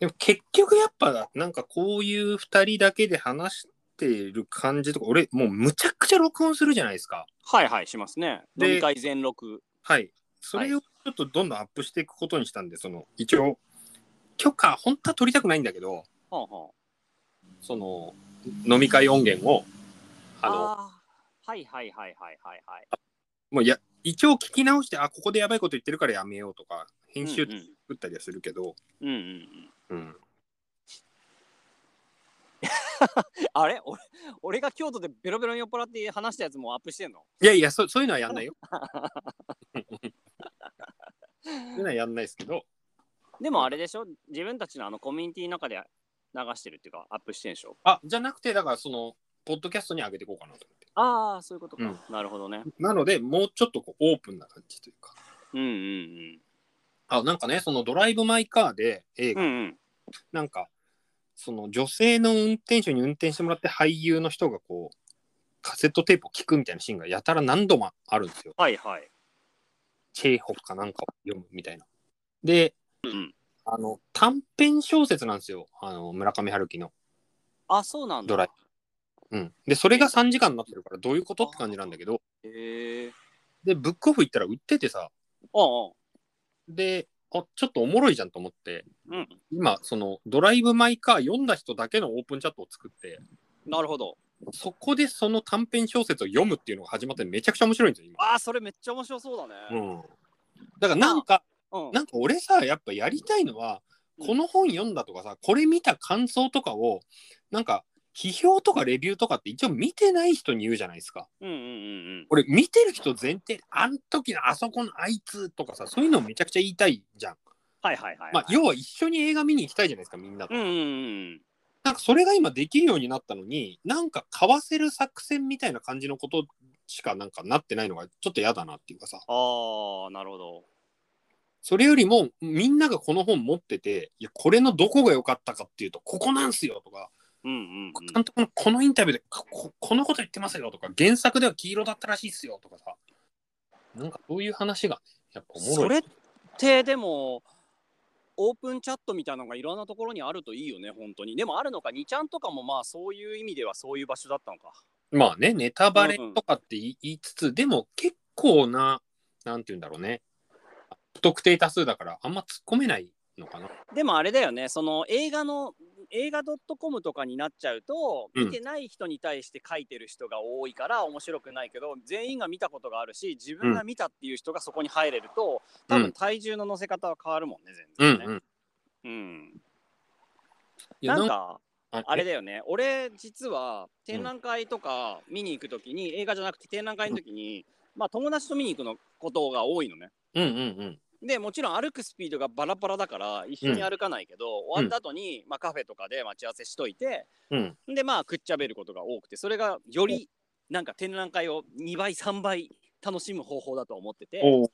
[SPEAKER 2] でも結局やっぱ、なんかこういう二人だけで話してる感じとか、俺、もうむちゃくちゃ録音するじゃないですか。
[SPEAKER 1] はいはいしますね
[SPEAKER 2] で
[SPEAKER 1] 飲み会全録
[SPEAKER 2] はい。それをちょっとどんどんアップしていくことにしたんで、その、一応、許可、本当は取りたくないんだけど、
[SPEAKER 1] ほんほん
[SPEAKER 2] その、飲み会音源を、あの、
[SPEAKER 1] ーはいはいはいはいはいはい
[SPEAKER 2] もうや、一応聞き直して、あ、ここでやばいこと言ってるからやめようとか、編集
[SPEAKER 1] うん
[SPEAKER 2] 作ったりはするけど、
[SPEAKER 1] うんうんうん
[SPEAKER 2] うん、
[SPEAKER 1] あれ俺俺が京都でベロベロに酔っ払って話したやつもうアップしてんの
[SPEAKER 2] いやいやそ、そういうのはやんないよ。そういうのはやんないですけど、
[SPEAKER 1] でもあれでしょ自分たちのあのコミュニティの中で流してるっていうかアップしてんでしょ
[SPEAKER 2] あ、じゃなくて、だからその、ポッドキャストに上げていこうかなと思って。
[SPEAKER 1] ああそういうことか、
[SPEAKER 2] う
[SPEAKER 1] なるほどね
[SPEAKER 2] なので、もうちょっとこうオープンな感じというか。
[SPEAKER 1] うんうん
[SPEAKER 2] あ、なんかね、そのドライブ・マイ・カーで映
[SPEAKER 1] うんう
[SPEAKER 2] 画、
[SPEAKER 1] んうん
[SPEAKER 2] なんか、その女性の運転手に運転してもらって俳優の人がこう、カセットテープを聞くみたいなシーンがやたら何度もあるんですよ。
[SPEAKER 1] はいはい
[SPEAKER 2] チェーホフかなんかを読むみたいな。で、
[SPEAKER 1] うん
[SPEAKER 2] あの短編小説なんですよ、あの村上春樹の。
[SPEAKER 1] あそうなんだ
[SPEAKER 2] ドライうん、で、それが3時間になってるから、どういうことって感じなんだけど、
[SPEAKER 1] へえ
[SPEAKER 2] で、ブックオフ行ったら売ってて
[SPEAKER 1] あ
[SPEAKER 2] さ、
[SPEAKER 1] あ
[SPEAKER 2] で、あちょっとおもろいじゃんと思って、
[SPEAKER 1] うん
[SPEAKER 2] 今、そのドライブ・マイ・カー読んだ人だけのオープンチャットを作って、
[SPEAKER 1] なるほど
[SPEAKER 2] そこでその短編小説を読むっていうのが始まって、めちゃくちゃ面白いんですよ、
[SPEAKER 1] ああそれめっちゃ面白そうだ
[SPEAKER 2] 今。
[SPEAKER 1] ね
[SPEAKER 2] うん、だからなんか、
[SPEAKER 1] うん、
[SPEAKER 2] なんか俺さやっぱやりたいのは
[SPEAKER 1] うん
[SPEAKER 2] この本読んだとかさこれ見た感想とかをなんか批評とかレビューとかって一応見てない人に言うじゃないですか。
[SPEAKER 1] うんうんうんうん。
[SPEAKER 2] 俺見てる人前提、あん時のあそこのあいつとかさ、そういうのめちゃくちゃ言いたいじゃん。
[SPEAKER 1] はいはいはい、はい。
[SPEAKER 2] まあ、要は一緒に映画見に行きたいじゃないですか、みんなと
[SPEAKER 1] うんうんうん。
[SPEAKER 2] なんかそれが今できるようになったのに、なんか買わせる作戦みたいな感じのことしかなんかなってないのがちょっと嫌だなっていうかさ、
[SPEAKER 1] ああ、なるほど。
[SPEAKER 2] それよりもみんながこの本持ってて、いや、これのどこが良かったかっていうと、ここなんすよとか、
[SPEAKER 1] うんうん、うん。
[SPEAKER 2] 監督のこのインタビューでこここのこと言ってますよとか、原作では黄色だったらしいっすよとかさ、なんかそういう話が、ね、やっぱおも
[SPEAKER 1] そ
[SPEAKER 2] ろ
[SPEAKER 1] れ
[SPEAKER 2] い。
[SPEAKER 1] ってでもオープンチャットみたいなのがいろんなところにあるといいよね本当にでもあるのか2ちゃんとかもまあそういう意味ではそういう場所だったのか
[SPEAKER 2] まあね、ネタバレとかって言い言いつつ、でも結構な、なんて言うんだろうね、不特定多数だから、あんま突っ込めないのかな。
[SPEAKER 1] でもあれだよねその映画の映画 .com とかになっちゃうと
[SPEAKER 2] うん
[SPEAKER 1] 見てない人に対して書いてる人が多いから面白くないけど全員が見たことがあるし自分が見たっていう人がそこに入れると多
[SPEAKER 2] うん
[SPEAKER 1] 分体重の乗せ方は変わるもんね
[SPEAKER 2] う
[SPEAKER 1] 全
[SPEAKER 2] ん
[SPEAKER 1] 然
[SPEAKER 2] う
[SPEAKER 1] ね
[SPEAKER 2] ん。
[SPEAKER 1] うん
[SPEAKER 2] いや
[SPEAKER 1] なん
[SPEAKER 2] か
[SPEAKER 1] か
[SPEAKER 2] あ
[SPEAKER 1] あれ
[SPEAKER 2] え
[SPEAKER 1] だよね俺実は展覧会とか見に行くときに、映画じゃなくて展覧会のときに、まあ友達と見に行くのことが多いのね
[SPEAKER 2] うんうん
[SPEAKER 1] でもちろん歩くスピードがバラバラだから一緒に歩かないけど、終わった後にまあカフェとかで待ち合わせしといて
[SPEAKER 2] うん。うん。
[SPEAKER 1] でまあくっちゃべることが多くてそれがよりなんか展覧会を2倍3倍楽しむ方法だと思ってて
[SPEAKER 2] おう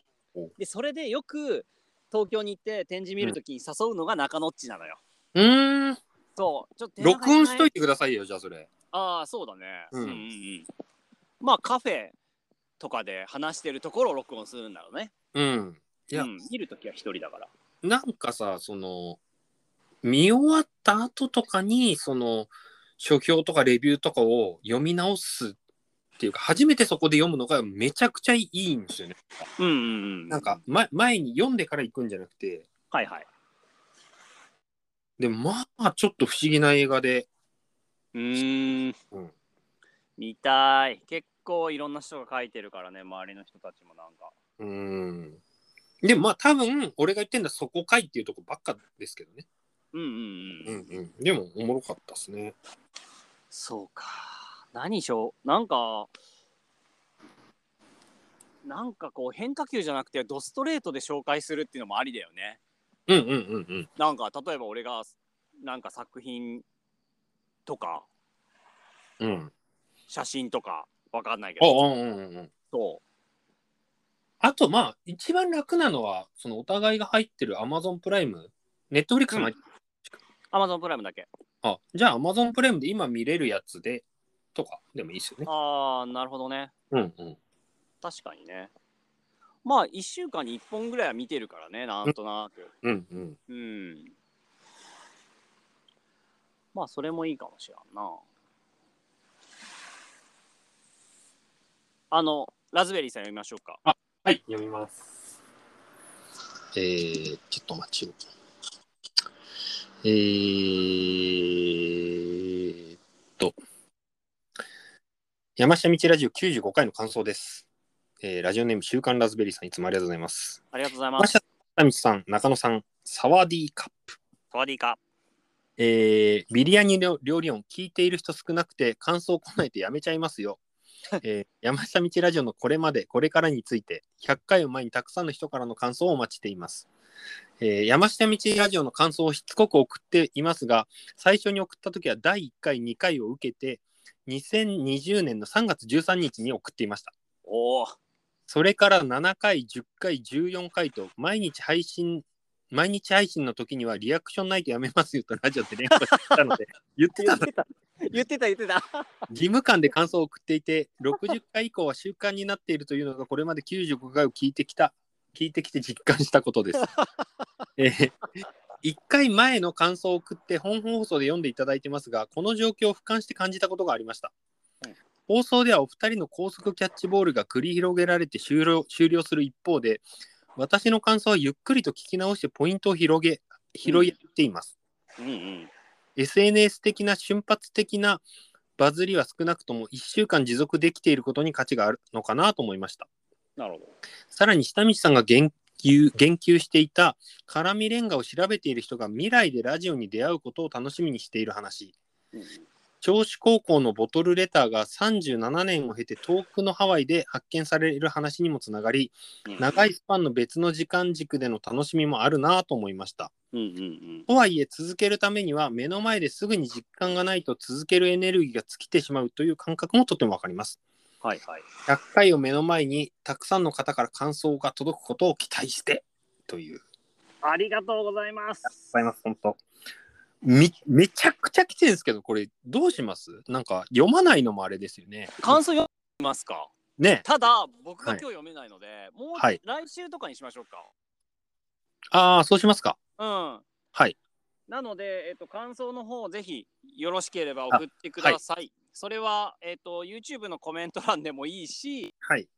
[SPEAKER 1] でそれでよく東京に行って展示見るときに誘うのが中野っちなのよ。
[SPEAKER 2] うーん。
[SPEAKER 1] そうちょっと展覧
[SPEAKER 2] 録
[SPEAKER 1] 会行
[SPEAKER 2] 音
[SPEAKER 1] かな
[SPEAKER 2] しといてくださいよ、じゃあそれ。
[SPEAKER 1] ああそうだね、
[SPEAKER 2] うん
[SPEAKER 1] うんうんうんまあカフェとかで話してるところを録音するんだろうね
[SPEAKER 2] うん。いや
[SPEAKER 1] うん、見るときは一人だから
[SPEAKER 2] なんかさ、その、見終わった後とかに、その、書評とかレビューとかを読み直すっていうか、初めてそこで読むのがめちゃくちゃいいんですよね。
[SPEAKER 1] うんうんうん
[SPEAKER 2] なんか、ま、前に読んでから行くんじゃなくて、
[SPEAKER 1] はいはい
[SPEAKER 2] でもまあ、ちょっと不思議な映画で、
[SPEAKER 1] うーん、
[SPEAKER 2] うん
[SPEAKER 1] 見たい結構いろんな人が書いてるからね周りの人たちもなんか
[SPEAKER 2] うーん。でもまあ、多分、俺が言ってんだ、そこかいっていうとこばっかですけどね。
[SPEAKER 1] うんうんうん、
[SPEAKER 2] うんうん。でも、おもろかったですね。
[SPEAKER 1] そうか何しょうなんかなんかこう変化球じゃなくてドストレートで紹介するっていうのもありだよね
[SPEAKER 2] うんうんうんうん。
[SPEAKER 1] なんか例えば俺がなんか作品とか
[SPEAKER 2] うん。
[SPEAKER 1] 写真とかわかんないけ
[SPEAKER 2] あ
[SPEAKER 1] ど
[SPEAKER 2] うんうんうんうん。
[SPEAKER 1] と
[SPEAKER 2] あと、まあ、一番楽なのは、そのお互いが入ってる Amazon プライム、Netflix も入って、
[SPEAKER 1] Amazon プライムだけ
[SPEAKER 2] あ、じゃあ Amazon プライムで今見れるやつで、とかでもいいですよね。
[SPEAKER 1] ああなるほどね
[SPEAKER 2] うんうん。
[SPEAKER 1] 確かにねまあ1週間に1本ぐらいは見てるからねなんとなく
[SPEAKER 2] うんうん。
[SPEAKER 1] うんまあそれもいいかもしらんなあのラズベリーさん読みましょうか
[SPEAKER 2] はい、読みます。えー、ちょっとお待ちを。えーっと、山下道ラジオ95回の感想です。えーラジオネーム週刊ラズベリーさん、いつもありがとうございます。
[SPEAKER 1] ありがとうございま
[SPEAKER 2] 山
[SPEAKER 1] す
[SPEAKER 2] 下道さん、中野さん、サワディーカップ。
[SPEAKER 1] サワディーカ
[SPEAKER 2] えービリヤニ料理音聞いている人少なくて感想来ないとやめちゃいま
[SPEAKER 1] <laughs>
[SPEAKER 2] すよ。えー山下道ラジオのこれまでこれからについて100回を前にたくさんの人からの感想をお待ちしています。えー山下道ラジオの感想をしつこく送っていますが最初に送った時は第1回2回を受けて2020年の3月13日に送っていました。
[SPEAKER 1] おお
[SPEAKER 2] それから7回、10回、14回と毎日配信、毎日配信の時にはリアクションないとやめますよとラジオで連呼してたので、言って
[SPEAKER 1] 言
[SPEAKER 2] た
[SPEAKER 1] っ
[SPEAKER 2] の
[SPEAKER 1] てた言ってた言ってた
[SPEAKER 2] 義務感で感想を送っていて、60回以降は習慣になっているというのが、これまで95回を聞いてきた、聞いてきて実感したこ
[SPEAKER 1] <laughs>
[SPEAKER 2] とです。えー1回前の感想を送って本放送で読んでいただいてますが、この状況を俯瞰して感じたことがありました
[SPEAKER 1] うん。
[SPEAKER 2] 放送ではお二人の高速キャッチボールが繰り広げられて終了終了する一方で、私の感想はゆっくりと聞き直してポイントを広げ、拾い合っています。
[SPEAKER 1] うんうん。
[SPEAKER 2] SNS 的な瞬発的なバズりは少なくとも1週間持続できていることに価値があるのかなと思いました。
[SPEAKER 1] なるほど。
[SPEAKER 2] さらに下道さんが言及言及していた絡みレンガを調べている人が未来でラジオに出会うことを楽しみにしている話。銚子高校のボトルレターが37年を経て遠くのハワイで発見される話にもつながり
[SPEAKER 1] うん
[SPEAKER 2] 長いスパンの別の時間軸での楽しみもあるなぁと思いました
[SPEAKER 1] うんうん
[SPEAKER 2] とはいえ続けるためには目の前ですぐに実感がないと続けるエネルギーが尽きてしまうという感覚もとてもわかります
[SPEAKER 1] はいはい
[SPEAKER 2] 100回を目の前にたくさんの方から感想が届くことを期待してという
[SPEAKER 1] ありがとうございます
[SPEAKER 2] ございます、本当。みめちゃくちゃ来てるんですけど、これどうしますなんか読まないのもあれですよね。
[SPEAKER 1] 感想読みますか
[SPEAKER 2] ね。
[SPEAKER 1] ただ僕が
[SPEAKER 2] は
[SPEAKER 1] 今
[SPEAKER 2] い
[SPEAKER 1] 日読めないので、もう
[SPEAKER 2] はい
[SPEAKER 1] 来週とかにしましょうか
[SPEAKER 2] ああ、そうしますか。
[SPEAKER 1] うん。
[SPEAKER 2] はい。
[SPEAKER 1] なので、えっと、感想の方、ぜひ、よろしければ送ってください。それは、えっと、YouTube のコメント欄でもいいし、
[SPEAKER 2] はい。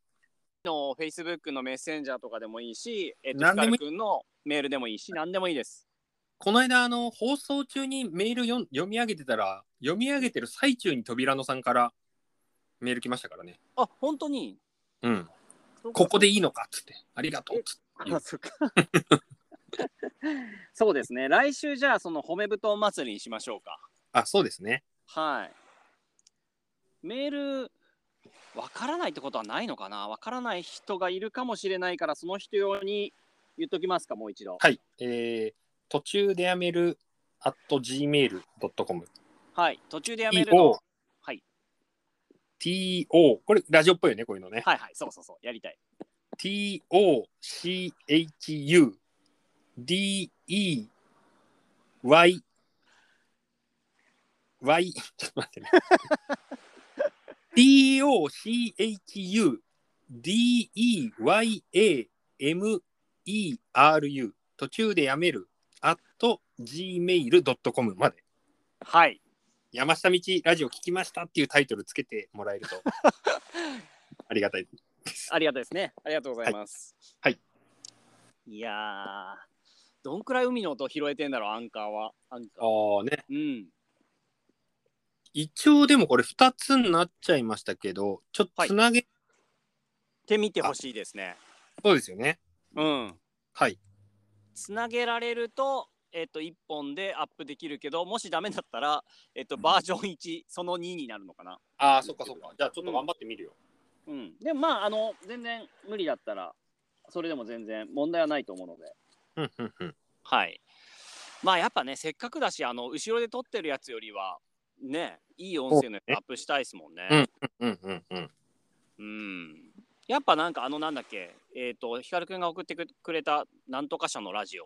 [SPEAKER 1] の Facebook のメッセンジャーとかでもいいし、えっと、ヒ
[SPEAKER 2] 何
[SPEAKER 1] カ
[SPEAKER 2] でもいい
[SPEAKER 1] ルくんのメールでもいいし、何でもいいです。
[SPEAKER 2] この間、あの、放送中にメール読ん読み上げてたら、読み上げてる最中に扉野さんからメール来ましたからね。
[SPEAKER 1] あ、本当に
[SPEAKER 2] うん。ここでいいのかっつって。ありがとうっつって。
[SPEAKER 1] あそうかそうですね。来週、じゃあ、その、褒め布団祭りにしましょうか。
[SPEAKER 2] あ、そうですね。
[SPEAKER 1] はい。メール、わからないってことはないのかなわからない人がいるかもしれないから、その人用に言っときますか、もう一度。
[SPEAKER 2] はい。えー、途中でやめる at gmail.com。
[SPEAKER 1] はい。途中でやめるの
[SPEAKER 2] to,
[SPEAKER 1] はい。
[SPEAKER 2] to、これラジオっぽいよね、こういうのね。
[SPEAKER 1] はいはい、そうそうそう、やりたい。
[SPEAKER 2] TOCHUDEY <laughs> ちょっと待ってね。TOCHUDEYAMERU 途中でやめる at gmail.com まで
[SPEAKER 1] はい。
[SPEAKER 2] 山下道ラジオ聞きましたっていうタイトルつけてもらえるとありがたい
[SPEAKER 1] ありがたいですね。ありがとうございます。。
[SPEAKER 2] はいはい
[SPEAKER 1] いやー、どんくらい海の音拾えてんだろう、アンカーは。アンカー。
[SPEAKER 2] ああね
[SPEAKER 1] うん。
[SPEAKER 2] 一応でもこれ2つになっちゃいましたけどちょっとつなげ、
[SPEAKER 1] って見てほしいですね。
[SPEAKER 2] そうですよね
[SPEAKER 1] うん。
[SPEAKER 2] はい
[SPEAKER 1] つなげられると、えっと、1本でアップできるけど、もしダメだったら、えっと、バージョン1、その2になるのかな。
[SPEAKER 2] ああ
[SPEAKER 1] そっかそっか
[SPEAKER 2] じゃあち
[SPEAKER 1] ょっと頑
[SPEAKER 2] 張ってみるよ、
[SPEAKER 1] うん。でも、まあ、あの、全然無理だったら、それでも全然問題はないと思うので。
[SPEAKER 2] うんうんうん、
[SPEAKER 1] はい。まあやっぱね、せっかくだし、あの後ろで撮ってるやつよりは、ね、いい音声のやつアップしたいですもんね。
[SPEAKER 2] うんうんうん
[SPEAKER 1] うん。やっぱなんかあのなんだっけ、えっ、と、ひかるくんが送ってくれたなんとか社のラジオ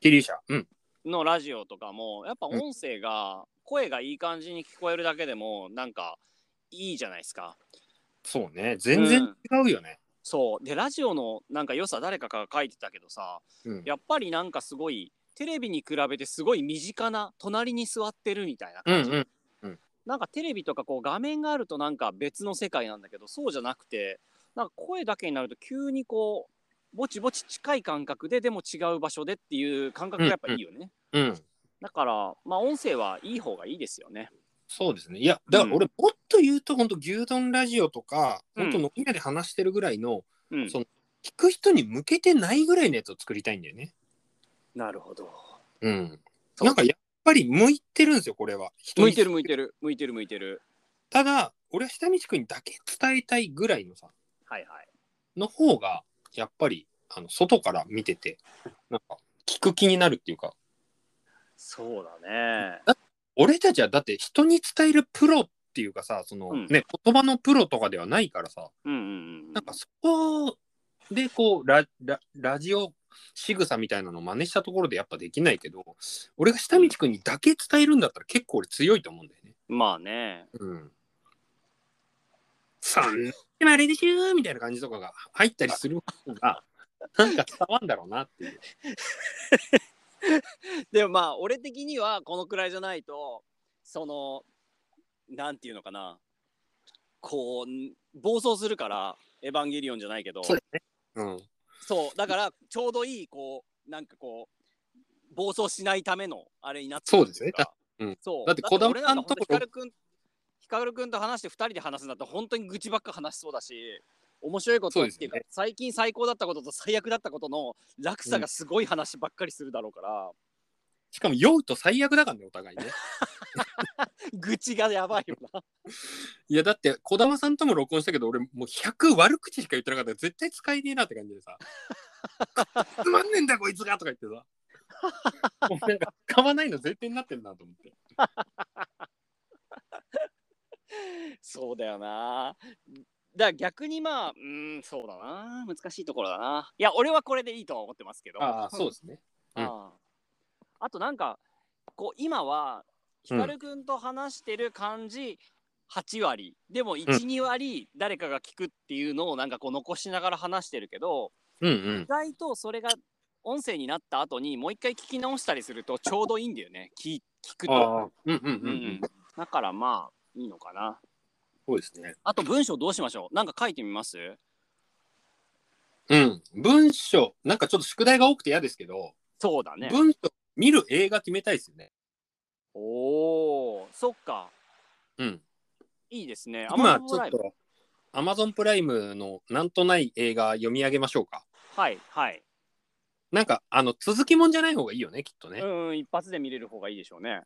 [SPEAKER 2] キリシャうん
[SPEAKER 1] のラジオとかも、やっぱ音声が、声がいい感じに聞こえるだけでも、なんかいいじゃないですか。
[SPEAKER 2] そうね全然違うよね、
[SPEAKER 1] そう。で、ラジオのなんか良さ誰かが書いてたけどさ、
[SPEAKER 2] うん
[SPEAKER 1] やっぱりなんかすごい、テレビに比べてすごい身近な、隣に座ってるみたいな
[SPEAKER 2] うん
[SPEAKER 1] 感じ。
[SPEAKER 2] うん
[SPEAKER 1] なんかテレビとかこう画面があるとなんか別の世界なんだけどそうじゃなくてなんか声だけになると急にこうぼちぼち近い感覚ででも違う場所でっていう感覚がやっぱいいよね、
[SPEAKER 2] うん
[SPEAKER 1] だからまあ音声はいい方がいいですよね
[SPEAKER 2] そうですねいやだから俺もっと言うと本当牛丼ラジオとか本当飲み屋で話してるぐらいの、
[SPEAKER 1] うん
[SPEAKER 2] そう聞く人に向けてないぐらいのやつを作りたいんだよね
[SPEAKER 1] なるほど
[SPEAKER 2] うん
[SPEAKER 1] そう
[SPEAKER 2] なんかやっぱり向いてるんですよこれは人に
[SPEAKER 1] 向いてる向いてる向いてる向いてる
[SPEAKER 2] ただ俺は下道くんにだけ伝えたいぐらいのさ
[SPEAKER 1] はいはい
[SPEAKER 2] の方がやっぱりあの外から見ててなんか聞く気になるっていうか
[SPEAKER 1] そうだね
[SPEAKER 2] 俺たちはだって人に伝えるプロっていうかさその、
[SPEAKER 1] うん
[SPEAKER 2] ね言葉のプロとかではないからさ
[SPEAKER 1] うんうんうん
[SPEAKER 2] なんかそこでこうラララジオ仕草みたいなのを真似したところでやっぱできないけど俺が下道くんにだけ伝えるんだったら結構俺強いと思うんだよね。
[SPEAKER 1] まあね
[SPEAKER 2] うんそんなあれでしょみたいな感じとかが入ったりする方がなんか伝わんだろうなっていう。
[SPEAKER 1] <laughs> でもまあ俺的にはこのくらいじゃないとそのなんていうのかなこう暴走するから「エヴァンゲリオン」じゃないけどそ
[SPEAKER 2] そ
[SPEAKER 1] うう
[SPEAKER 2] だね。うん。
[SPEAKER 1] だからちょうどいいこうなんかこう暴走しないためのあれになって
[SPEAKER 2] そうですね
[SPEAKER 1] だ,、
[SPEAKER 2] うん
[SPEAKER 1] そう
[SPEAKER 2] だって児玉
[SPEAKER 1] 俺な
[SPEAKER 2] さん
[SPEAKER 1] ん
[SPEAKER 2] の
[SPEAKER 1] かほ
[SPEAKER 2] と
[SPEAKER 1] んと
[SPEAKER 2] こ
[SPEAKER 1] 光くん光くんと話して2人で話すんだったら本当に愚痴ばっか話しそうだし面白いこと
[SPEAKER 2] そう
[SPEAKER 1] っ
[SPEAKER 2] です
[SPEAKER 1] てい
[SPEAKER 2] よね
[SPEAKER 1] うか、最近最高だったことと最悪だったことの落差がすごい話ばっかりするだろうから、
[SPEAKER 2] <laughs> しかも酔うと最悪だからね、お互いね。
[SPEAKER 1] 愚痴がやばいよな。
[SPEAKER 2] いやだって児玉さんとも録音したけど俺もう100悪口しか言ってなかったから絶対使えねえなって感じで <laughs> さ「つまんねえんだこいつが」とか言ってさもうなんか使わないの絶対になってるなと思って
[SPEAKER 1] そうだよな。だから逆にまあ、うーん、そうだな。難しいところだな。いや、俺はこれでいいとは思ってますけど。
[SPEAKER 2] ああそうですねうん
[SPEAKER 1] あああとなんかこう今は
[SPEAKER 2] うん
[SPEAKER 1] 光くんと話してる感じ8割でも
[SPEAKER 2] う
[SPEAKER 1] 12、割誰かが聞くっていうのをなんかこう残しながら話してるけど
[SPEAKER 2] うんう
[SPEAKER 1] 意
[SPEAKER 2] ん
[SPEAKER 1] 外とそれが音声になった後にもう一回聞き直したりするとちょうどいいんだよね聞聞くと、
[SPEAKER 2] ああうんうんうん
[SPEAKER 1] う
[SPEAKER 2] うんん、
[SPEAKER 1] だからまあいいのかな
[SPEAKER 2] そうですね
[SPEAKER 1] あと文章どうしましょうなんか書いてみます
[SPEAKER 2] うん文章なんかちょっと宿題が多くて嫌ですけど、
[SPEAKER 1] そうだね
[SPEAKER 2] 文章見る映画決めたいですよね
[SPEAKER 1] おーそっか
[SPEAKER 2] うん
[SPEAKER 1] いいですね
[SPEAKER 2] 今
[SPEAKER 1] Amazon
[SPEAKER 2] ちょっ
[SPEAKER 1] Live
[SPEAKER 2] とアマゾンプライムのなんとない映画読み上げましょうか
[SPEAKER 1] はいはい
[SPEAKER 2] なんかあの続きもんじゃない方がいいよねきっとね、
[SPEAKER 1] うんうん、一発で見れる方がいいでしょうね。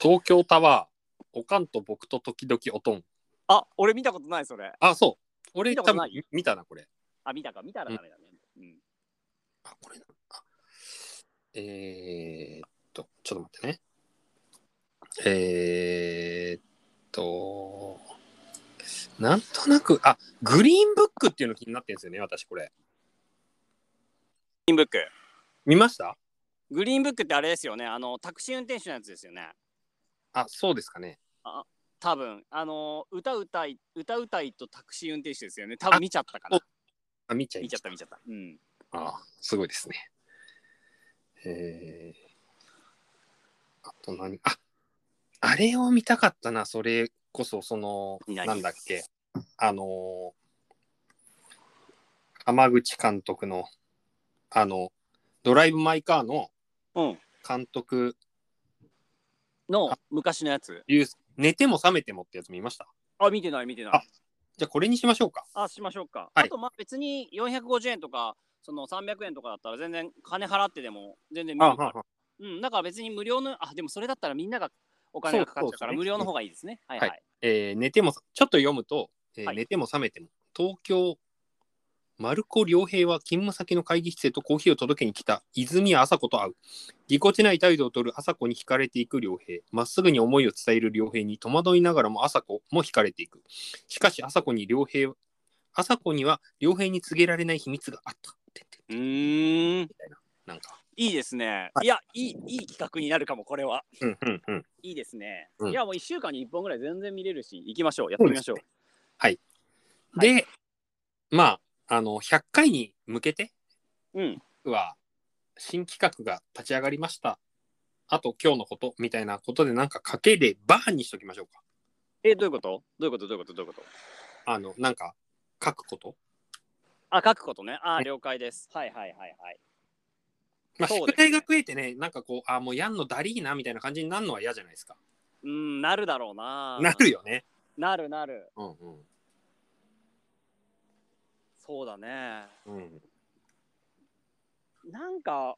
[SPEAKER 2] 東京タワー、おかんと僕と時々おとん。
[SPEAKER 1] あ、俺見たことないそれ。
[SPEAKER 2] あ、そう。俺
[SPEAKER 1] 見たこと
[SPEAKER 2] 多
[SPEAKER 1] な
[SPEAKER 2] 分
[SPEAKER 1] い
[SPEAKER 2] 見たな、これ。
[SPEAKER 1] あ、見たか、見たらダメだね。うん。
[SPEAKER 2] あ、これな。あえー、っと、ちょっと待ってね。えー、っと、なんとなく、あ、グリーンブックっていうの気になってるんですよね、私こ
[SPEAKER 1] グ
[SPEAKER 2] れ。
[SPEAKER 1] リーンブック。
[SPEAKER 2] 見ました
[SPEAKER 1] グリーンブックってあれですよね。あの、タクシー運転手のやつですよね。
[SPEAKER 2] あ、そうですかね。
[SPEAKER 1] 多分、あの、歌うたい、歌うたいとタクシー運転手ですよね。多分見ちゃったかな。
[SPEAKER 2] あ、見ちゃい
[SPEAKER 1] 見
[SPEAKER 2] ま
[SPEAKER 1] ちゃっ
[SPEAKER 2] した
[SPEAKER 1] た、見ちゃった。うん。
[SPEAKER 2] あすごいですね。えー、あと何ああれを見たかったな、それこそ、その、
[SPEAKER 1] 何
[SPEAKER 2] なんだっけ、あのー、浜口監督の、あの、ドライブ・マイ・カーの
[SPEAKER 1] うん。
[SPEAKER 2] 監督、
[SPEAKER 1] の、昔のやつ。
[SPEAKER 2] いう寝ても覚めてもってやつ見ました
[SPEAKER 1] あ、見てない、見てない。
[SPEAKER 2] じゃあこれにしましょうか。
[SPEAKER 1] あ、しましょうか。
[SPEAKER 2] はい
[SPEAKER 1] あと、まあ、別に450円とか、その300円とかだったら全然金払ってでも全然見る
[SPEAKER 2] あは
[SPEAKER 1] から
[SPEAKER 2] は
[SPEAKER 1] うん、だから別に無料の、あ、でもそれだったらみんながお金がかかっちゃうから
[SPEAKER 2] そうそうですね
[SPEAKER 1] 無料の方がいいですね。はいはい。
[SPEAKER 2] えー寝ても、ちょっと読むと、えー
[SPEAKER 1] はい
[SPEAKER 2] 寝ても覚めても、東京、丸子良平は勤務先の会議室へとコーヒーを届けに来た泉朝子と会う。ぎこちない態度を取る朝子に惹かれていく良平。まっすぐに思いを伝える良平に戸惑いながらも朝子も惹かれていく。しかし朝子に良平、朝子には良平に告げられない秘密があった。てんてん
[SPEAKER 1] うーん。
[SPEAKER 2] なんか。
[SPEAKER 1] いいですね。、
[SPEAKER 2] はい
[SPEAKER 1] や、いい、いい企画になるかも、これは。
[SPEAKER 2] うんうんうん。
[SPEAKER 1] いいですね。
[SPEAKER 2] うん
[SPEAKER 1] いや、もう一週間に一本ぐらい全然見れるし、行きましょう。やってみましょう。
[SPEAKER 2] で、まあ、あの、100回に向けて、
[SPEAKER 1] うん。
[SPEAKER 2] は新企画が立ち上がりました。あと今日のことみたいなことでなんかかければにしときましょうか。
[SPEAKER 1] え、どういうことどういうことどういうことどういうこと
[SPEAKER 2] あのなんか書くこと。
[SPEAKER 1] あ、書くことね。あ
[SPEAKER 2] は
[SPEAKER 1] ー、
[SPEAKER 2] い
[SPEAKER 1] 了解です。はいはいはいはい。
[SPEAKER 2] まあ、
[SPEAKER 1] そうですね
[SPEAKER 2] 宿題が増えてね、なんかこう、あもうやんのだりーなみたいな感じになるのは嫌じゃないですか。
[SPEAKER 1] うん、なるだろうな。
[SPEAKER 2] なるよね。
[SPEAKER 1] なるなる。
[SPEAKER 2] うん
[SPEAKER 1] そうだね。
[SPEAKER 2] うんうん。
[SPEAKER 1] なんか、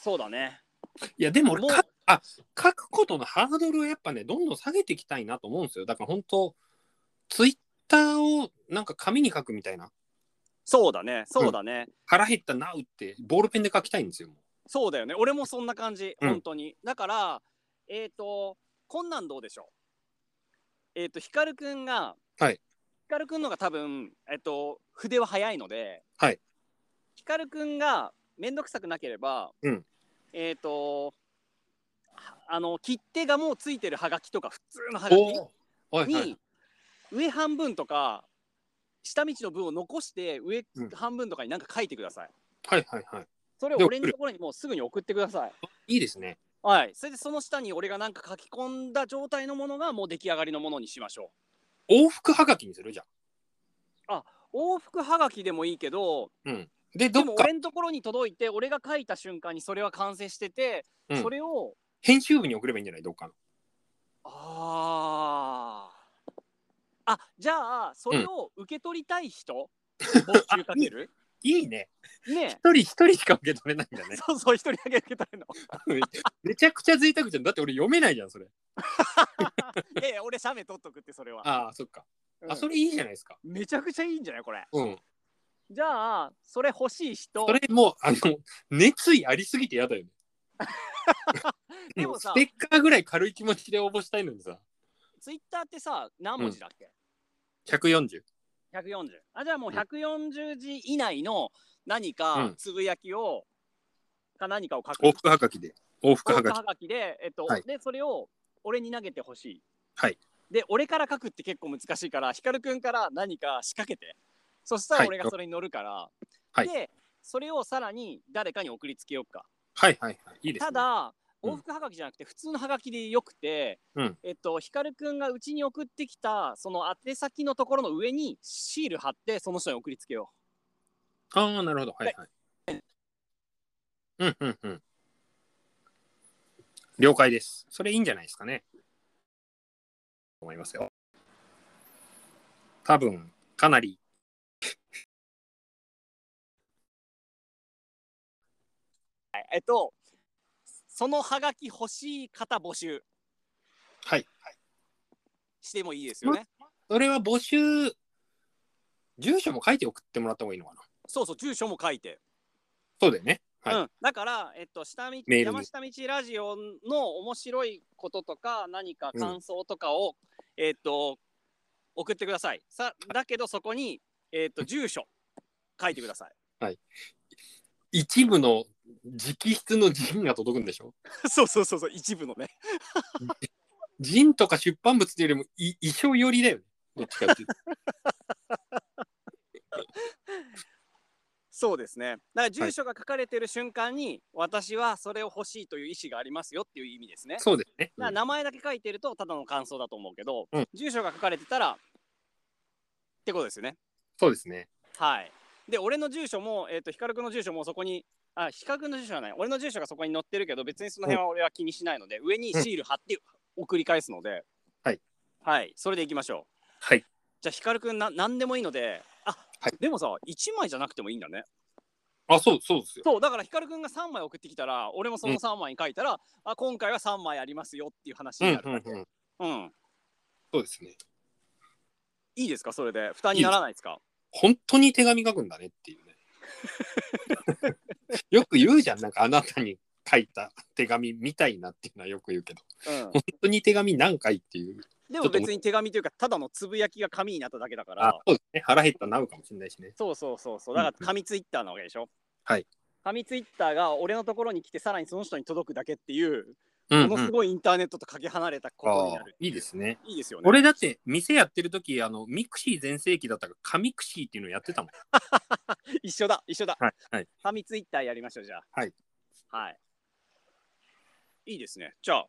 [SPEAKER 1] そうだね。
[SPEAKER 2] いや、でも俺
[SPEAKER 1] もう
[SPEAKER 2] か書くことのハードルをやっぱね、どんどん下げていきたいなと思うんですよ。だから本当、ツイッターをなんか紙に書くみたいな。
[SPEAKER 1] そうだね。そうだね。
[SPEAKER 2] 腹減ったなうって、ボールペンで書きたいんですよ。もう
[SPEAKER 1] そうだよね。俺もそんな感じ。
[SPEAKER 2] うん
[SPEAKER 1] 本当に。だから、えっ、と、こんなんどうでしょう。えっ、と、ヒカルくんが、
[SPEAKER 2] はい。
[SPEAKER 1] ヒカルくんのが多分、えっ、と、筆は早いので、
[SPEAKER 2] はい。
[SPEAKER 1] ヒカルくんが面倒くさくなければ、
[SPEAKER 2] うん
[SPEAKER 1] えっ、と、はあの切手がもうついてるはがきとか普通のはがき
[SPEAKER 2] おーはいはい
[SPEAKER 1] に上半分とか下道の分を残して上
[SPEAKER 2] うん
[SPEAKER 1] 半分とかに何か書いてください、
[SPEAKER 2] はいはいはい。
[SPEAKER 1] それを
[SPEAKER 2] で
[SPEAKER 1] 俺のところにもうすぐに送ってください
[SPEAKER 2] いいですね。
[SPEAKER 1] はい、それでその下に俺がなんか書き込んだ状態のものがもう出来上がりのものにしましょ
[SPEAKER 2] 往復はがきにするじゃん。
[SPEAKER 1] う往復はがきでもいいけどで
[SPEAKER 2] で、ど
[SPEAKER 1] も
[SPEAKER 2] っか
[SPEAKER 1] 俺のところに届いて俺が書いた瞬間にそれは完成してて、
[SPEAKER 2] うん
[SPEAKER 1] それを
[SPEAKER 2] 編集部に送ればいいんじゃないどっかの。
[SPEAKER 1] あー
[SPEAKER 2] <laughs>
[SPEAKER 1] あじゃあそれを受け取りたい人、募集かける
[SPEAKER 2] いいね。
[SPEAKER 1] ね
[SPEAKER 2] 一人一人しか受け取れないんだ
[SPEAKER 1] え <laughs>
[SPEAKER 2] ね。
[SPEAKER 1] そうそう一人だけ受け取れるの <laughs>
[SPEAKER 2] めちゃくちゃ贅沢じゃん。だって俺読めないじゃん、それ。
[SPEAKER 1] いやいや俺写メ取っとくってそれは
[SPEAKER 2] ああ、そっか。
[SPEAKER 1] うん
[SPEAKER 2] あ、それいいじゃないですか。
[SPEAKER 1] めちゃくちゃいいんじゃないこれ
[SPEAKER 2] うん。
[SPEAKER 1] じゃあそれ欲しい人
[SPEAKER 2] それもう、あの、熱意ありすぎて嫌だよね。
[SPEAKER 1] <laughs> でもさ
[SPEAKER 2] うステッカーぐらい軽い気持ちで応募したいのにさ。
[SPEAKER 1] ツイッターってさ何文字だっけ、
[SPEAKER 2] 140。
[SPEAKER 1] 140あじゃあもう
[SPEAKER 2] うん
[SPEAKER 1] 140字以内の何
[SPEAKER 2] う
[SPEAKER 1] か
[SPEAKER 2] ん
[SPEAKER 1] つぶやきを、か何かを書く
[SPEAKER 2] 往復はがきで。往復は
[SPEAKER 1] は
[SPEAKER 2] がき。
[SPEAKER 1] がきで、えっと
[SPEAKER 2] はい
[SPEAKER 1] でそれを俺に投げてほしい、
[SPEAKER 2] はい、
[SPEAKER 1] で俺から書くって結構難しいから光くんから何か仕掛けてそしたら
[SPEAKER 2] はい
[SPEAKER 1] 俺がそれに乗るから、
[SPEAKER 2] はい
[SPEAKER 1] でそれをさらに誰かに送りつけようか
[SPEAKER 2] はいはいはい。いいです、ね。
[SPEAKER 1] た、だ
[SPEAKER 2] うん
[SPEAKER 1] 往復はがきじゃなくて普通のはがきでよくて、
[SPEAKER 2] うん
[SPEAKER 1] えっと光くんがうちに送ってきたその宛先のところの上にシール貼ってその人に送りつけよ
[SPEAKER 2] ああ、なるほど。はいはい。うんうんうん。了解です。それいいんじゃないですかね。思いますよ。多分、かなり。
[SPEAKER 1] うえっとそのはがき欲しい方募集
[SPEAKER 2] はい。
[SPEAKER 1] してもいいですよね、
[SPEAKER 2] それは募集、住所も書いて送ってもらった方がいいのかな。
[SPEAKER 1] そうそう住所も書いて
[SPEAKER 2] そうだよね。はい。
[SPEAKER 1] うん、だから、えっと、下道
[SPEAKER 2] メールに
[SPEAKER 1] 山下道ラジオの面白いこととか何か感想とかを、えっと送ってくださいさだけどそこに、えっと住所書いてください
[SPEAKER 2] 一部の直筆の人が届くんでしょ
[SPEAKER 1] <laughs> そうそうそうそう一部のね
[SPEAKER 2] 人とか出版物というよりもい衣装寄りだよね。どっちかっていう
[SPEAKER 1] <laughs>
[SPEAKER 2] と
[SPEAKER 1] そうですねだから住所が書かれてる瞬間に、私はそれを欲しいという意思がありますよっていう意味ですね
[SPEAKER 2] そうです
[SPEAKER 1] だ
[SPEAKER 2] ね。
[SPEAKER 1] から名前だけ書いてるとただの感想だと思うけど、
[SPEAKER 2] うん
[SPEAKER 1] 住所が書かれてたらってことですよね
[SPEAKER 2] そうですね。
[SPEAKER 1] はい。で、俺の住所も、えっ、と、光くんの住所もそこに、あ、光くんの住所はない。俺の住所がそこに載ってるけど、別にその辺は俺は気にしないので、上にシール貼って送り返すので、
[SPEAKER 2] はい。
[SPEAKER 1] はい。それでいきましょう。
[SPEAKER 2] はい。
[SPEAKER 1] じゃあ、光くんな、何でもいいので、あ、
[SPEAKER 2] はい
[SPEAKER 1] でもさ、1枚じゃなくてもいいんだね。
[SPEAKER 2] あ、そう、そうですよ。
[SPEAKER 1] そう、だから光くんが3枚送ってきたら、俺もその3枚に書いたら、あ、今回は3枚ありますよっていう話になる。
[SPEAKER 2] うんうんうん。
[SPEAKER 1] うん、
[SPEAKER 2] そうですね。
[SPEAKER 1] いいですか、それで。負担にならないですか。
[SPEAKER 2] 本当に手紙書くんだねって <laughs> いうね。よく言うじゃん。なんかあなたに書いた手紙みたいなっていうのはよく言うけど、
[SPEAKER 1] うん
[SPEAKER 2] 本当に手紙何回っていう。
[SPEAKER 1] でも別に手紙というか、ただのつぶやきが紙になっただけだから
[SPEAKER 2] あ、。そうですね。腹減ったなうかもしれないしね。
[SPEAKER 1] そうそうそうそうだから
[SPEAKER 2] うんうん
[SPEAKER 1] 紙ツイッターなわけでしょ
[SPEAKER 2] はい
[SPEAKER 1] 紙ツイッターが俺のところに来てさらにその人に届くだけっていう
[SPEAKER 2] うん、
[SPEAKER 1] ものすごいインターネットとかけ離れたことになる、
[SPEAKER 2] いいですね。
[SPEAKER 1] いいですよね
[SPEAKER 2] 俺だって店やってる時あのミクシー全盛期だったから紙クシーっていうのやってたもん。
[SPEAKER 1] 一緒だ一緒だ
[SPEAKER 2] はいはい
[SPEAKER 1] 紙ツイッターやりましょうじゃあ
[SPEAKER 2] はい
[SPEAKER 1] はいいいですねじゃあ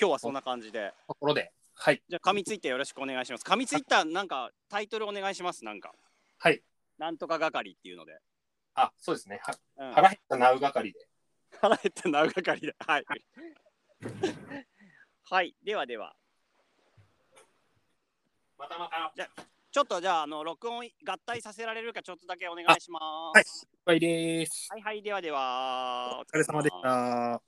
[SPEAKER 1] 今日はそんな感じで
[SPEAKER 2] ところで、はい
[SPEAKER 1] じゃあ紙ツイッターよろしくお願いします紙ツイッターなんかタイトルお願いしますなんか
[SPEAKER 2] はい。
[SPEAKER 1] なんとか係っていうので、
[SPEAKER 2] あそうですね。は
[SPEAKER 1] うん、
[SPEAKER 2] 腹減ったなう係で。
[SPEAKER 1] 腹減ったなうがかりだ。はい。 <laughs> はい、ではでは、
[SPEAKER 2] またまた。
[SPEAKER 1] ちょっとじゃあ、あの録音合体させられるか、ちょっとだけお願いします。
[SPEAKER 2] はい。いっぱいです。
[SPEAKER 1] はい、はい、ではでは。
[SPEAKER 2] お疲れ様でした。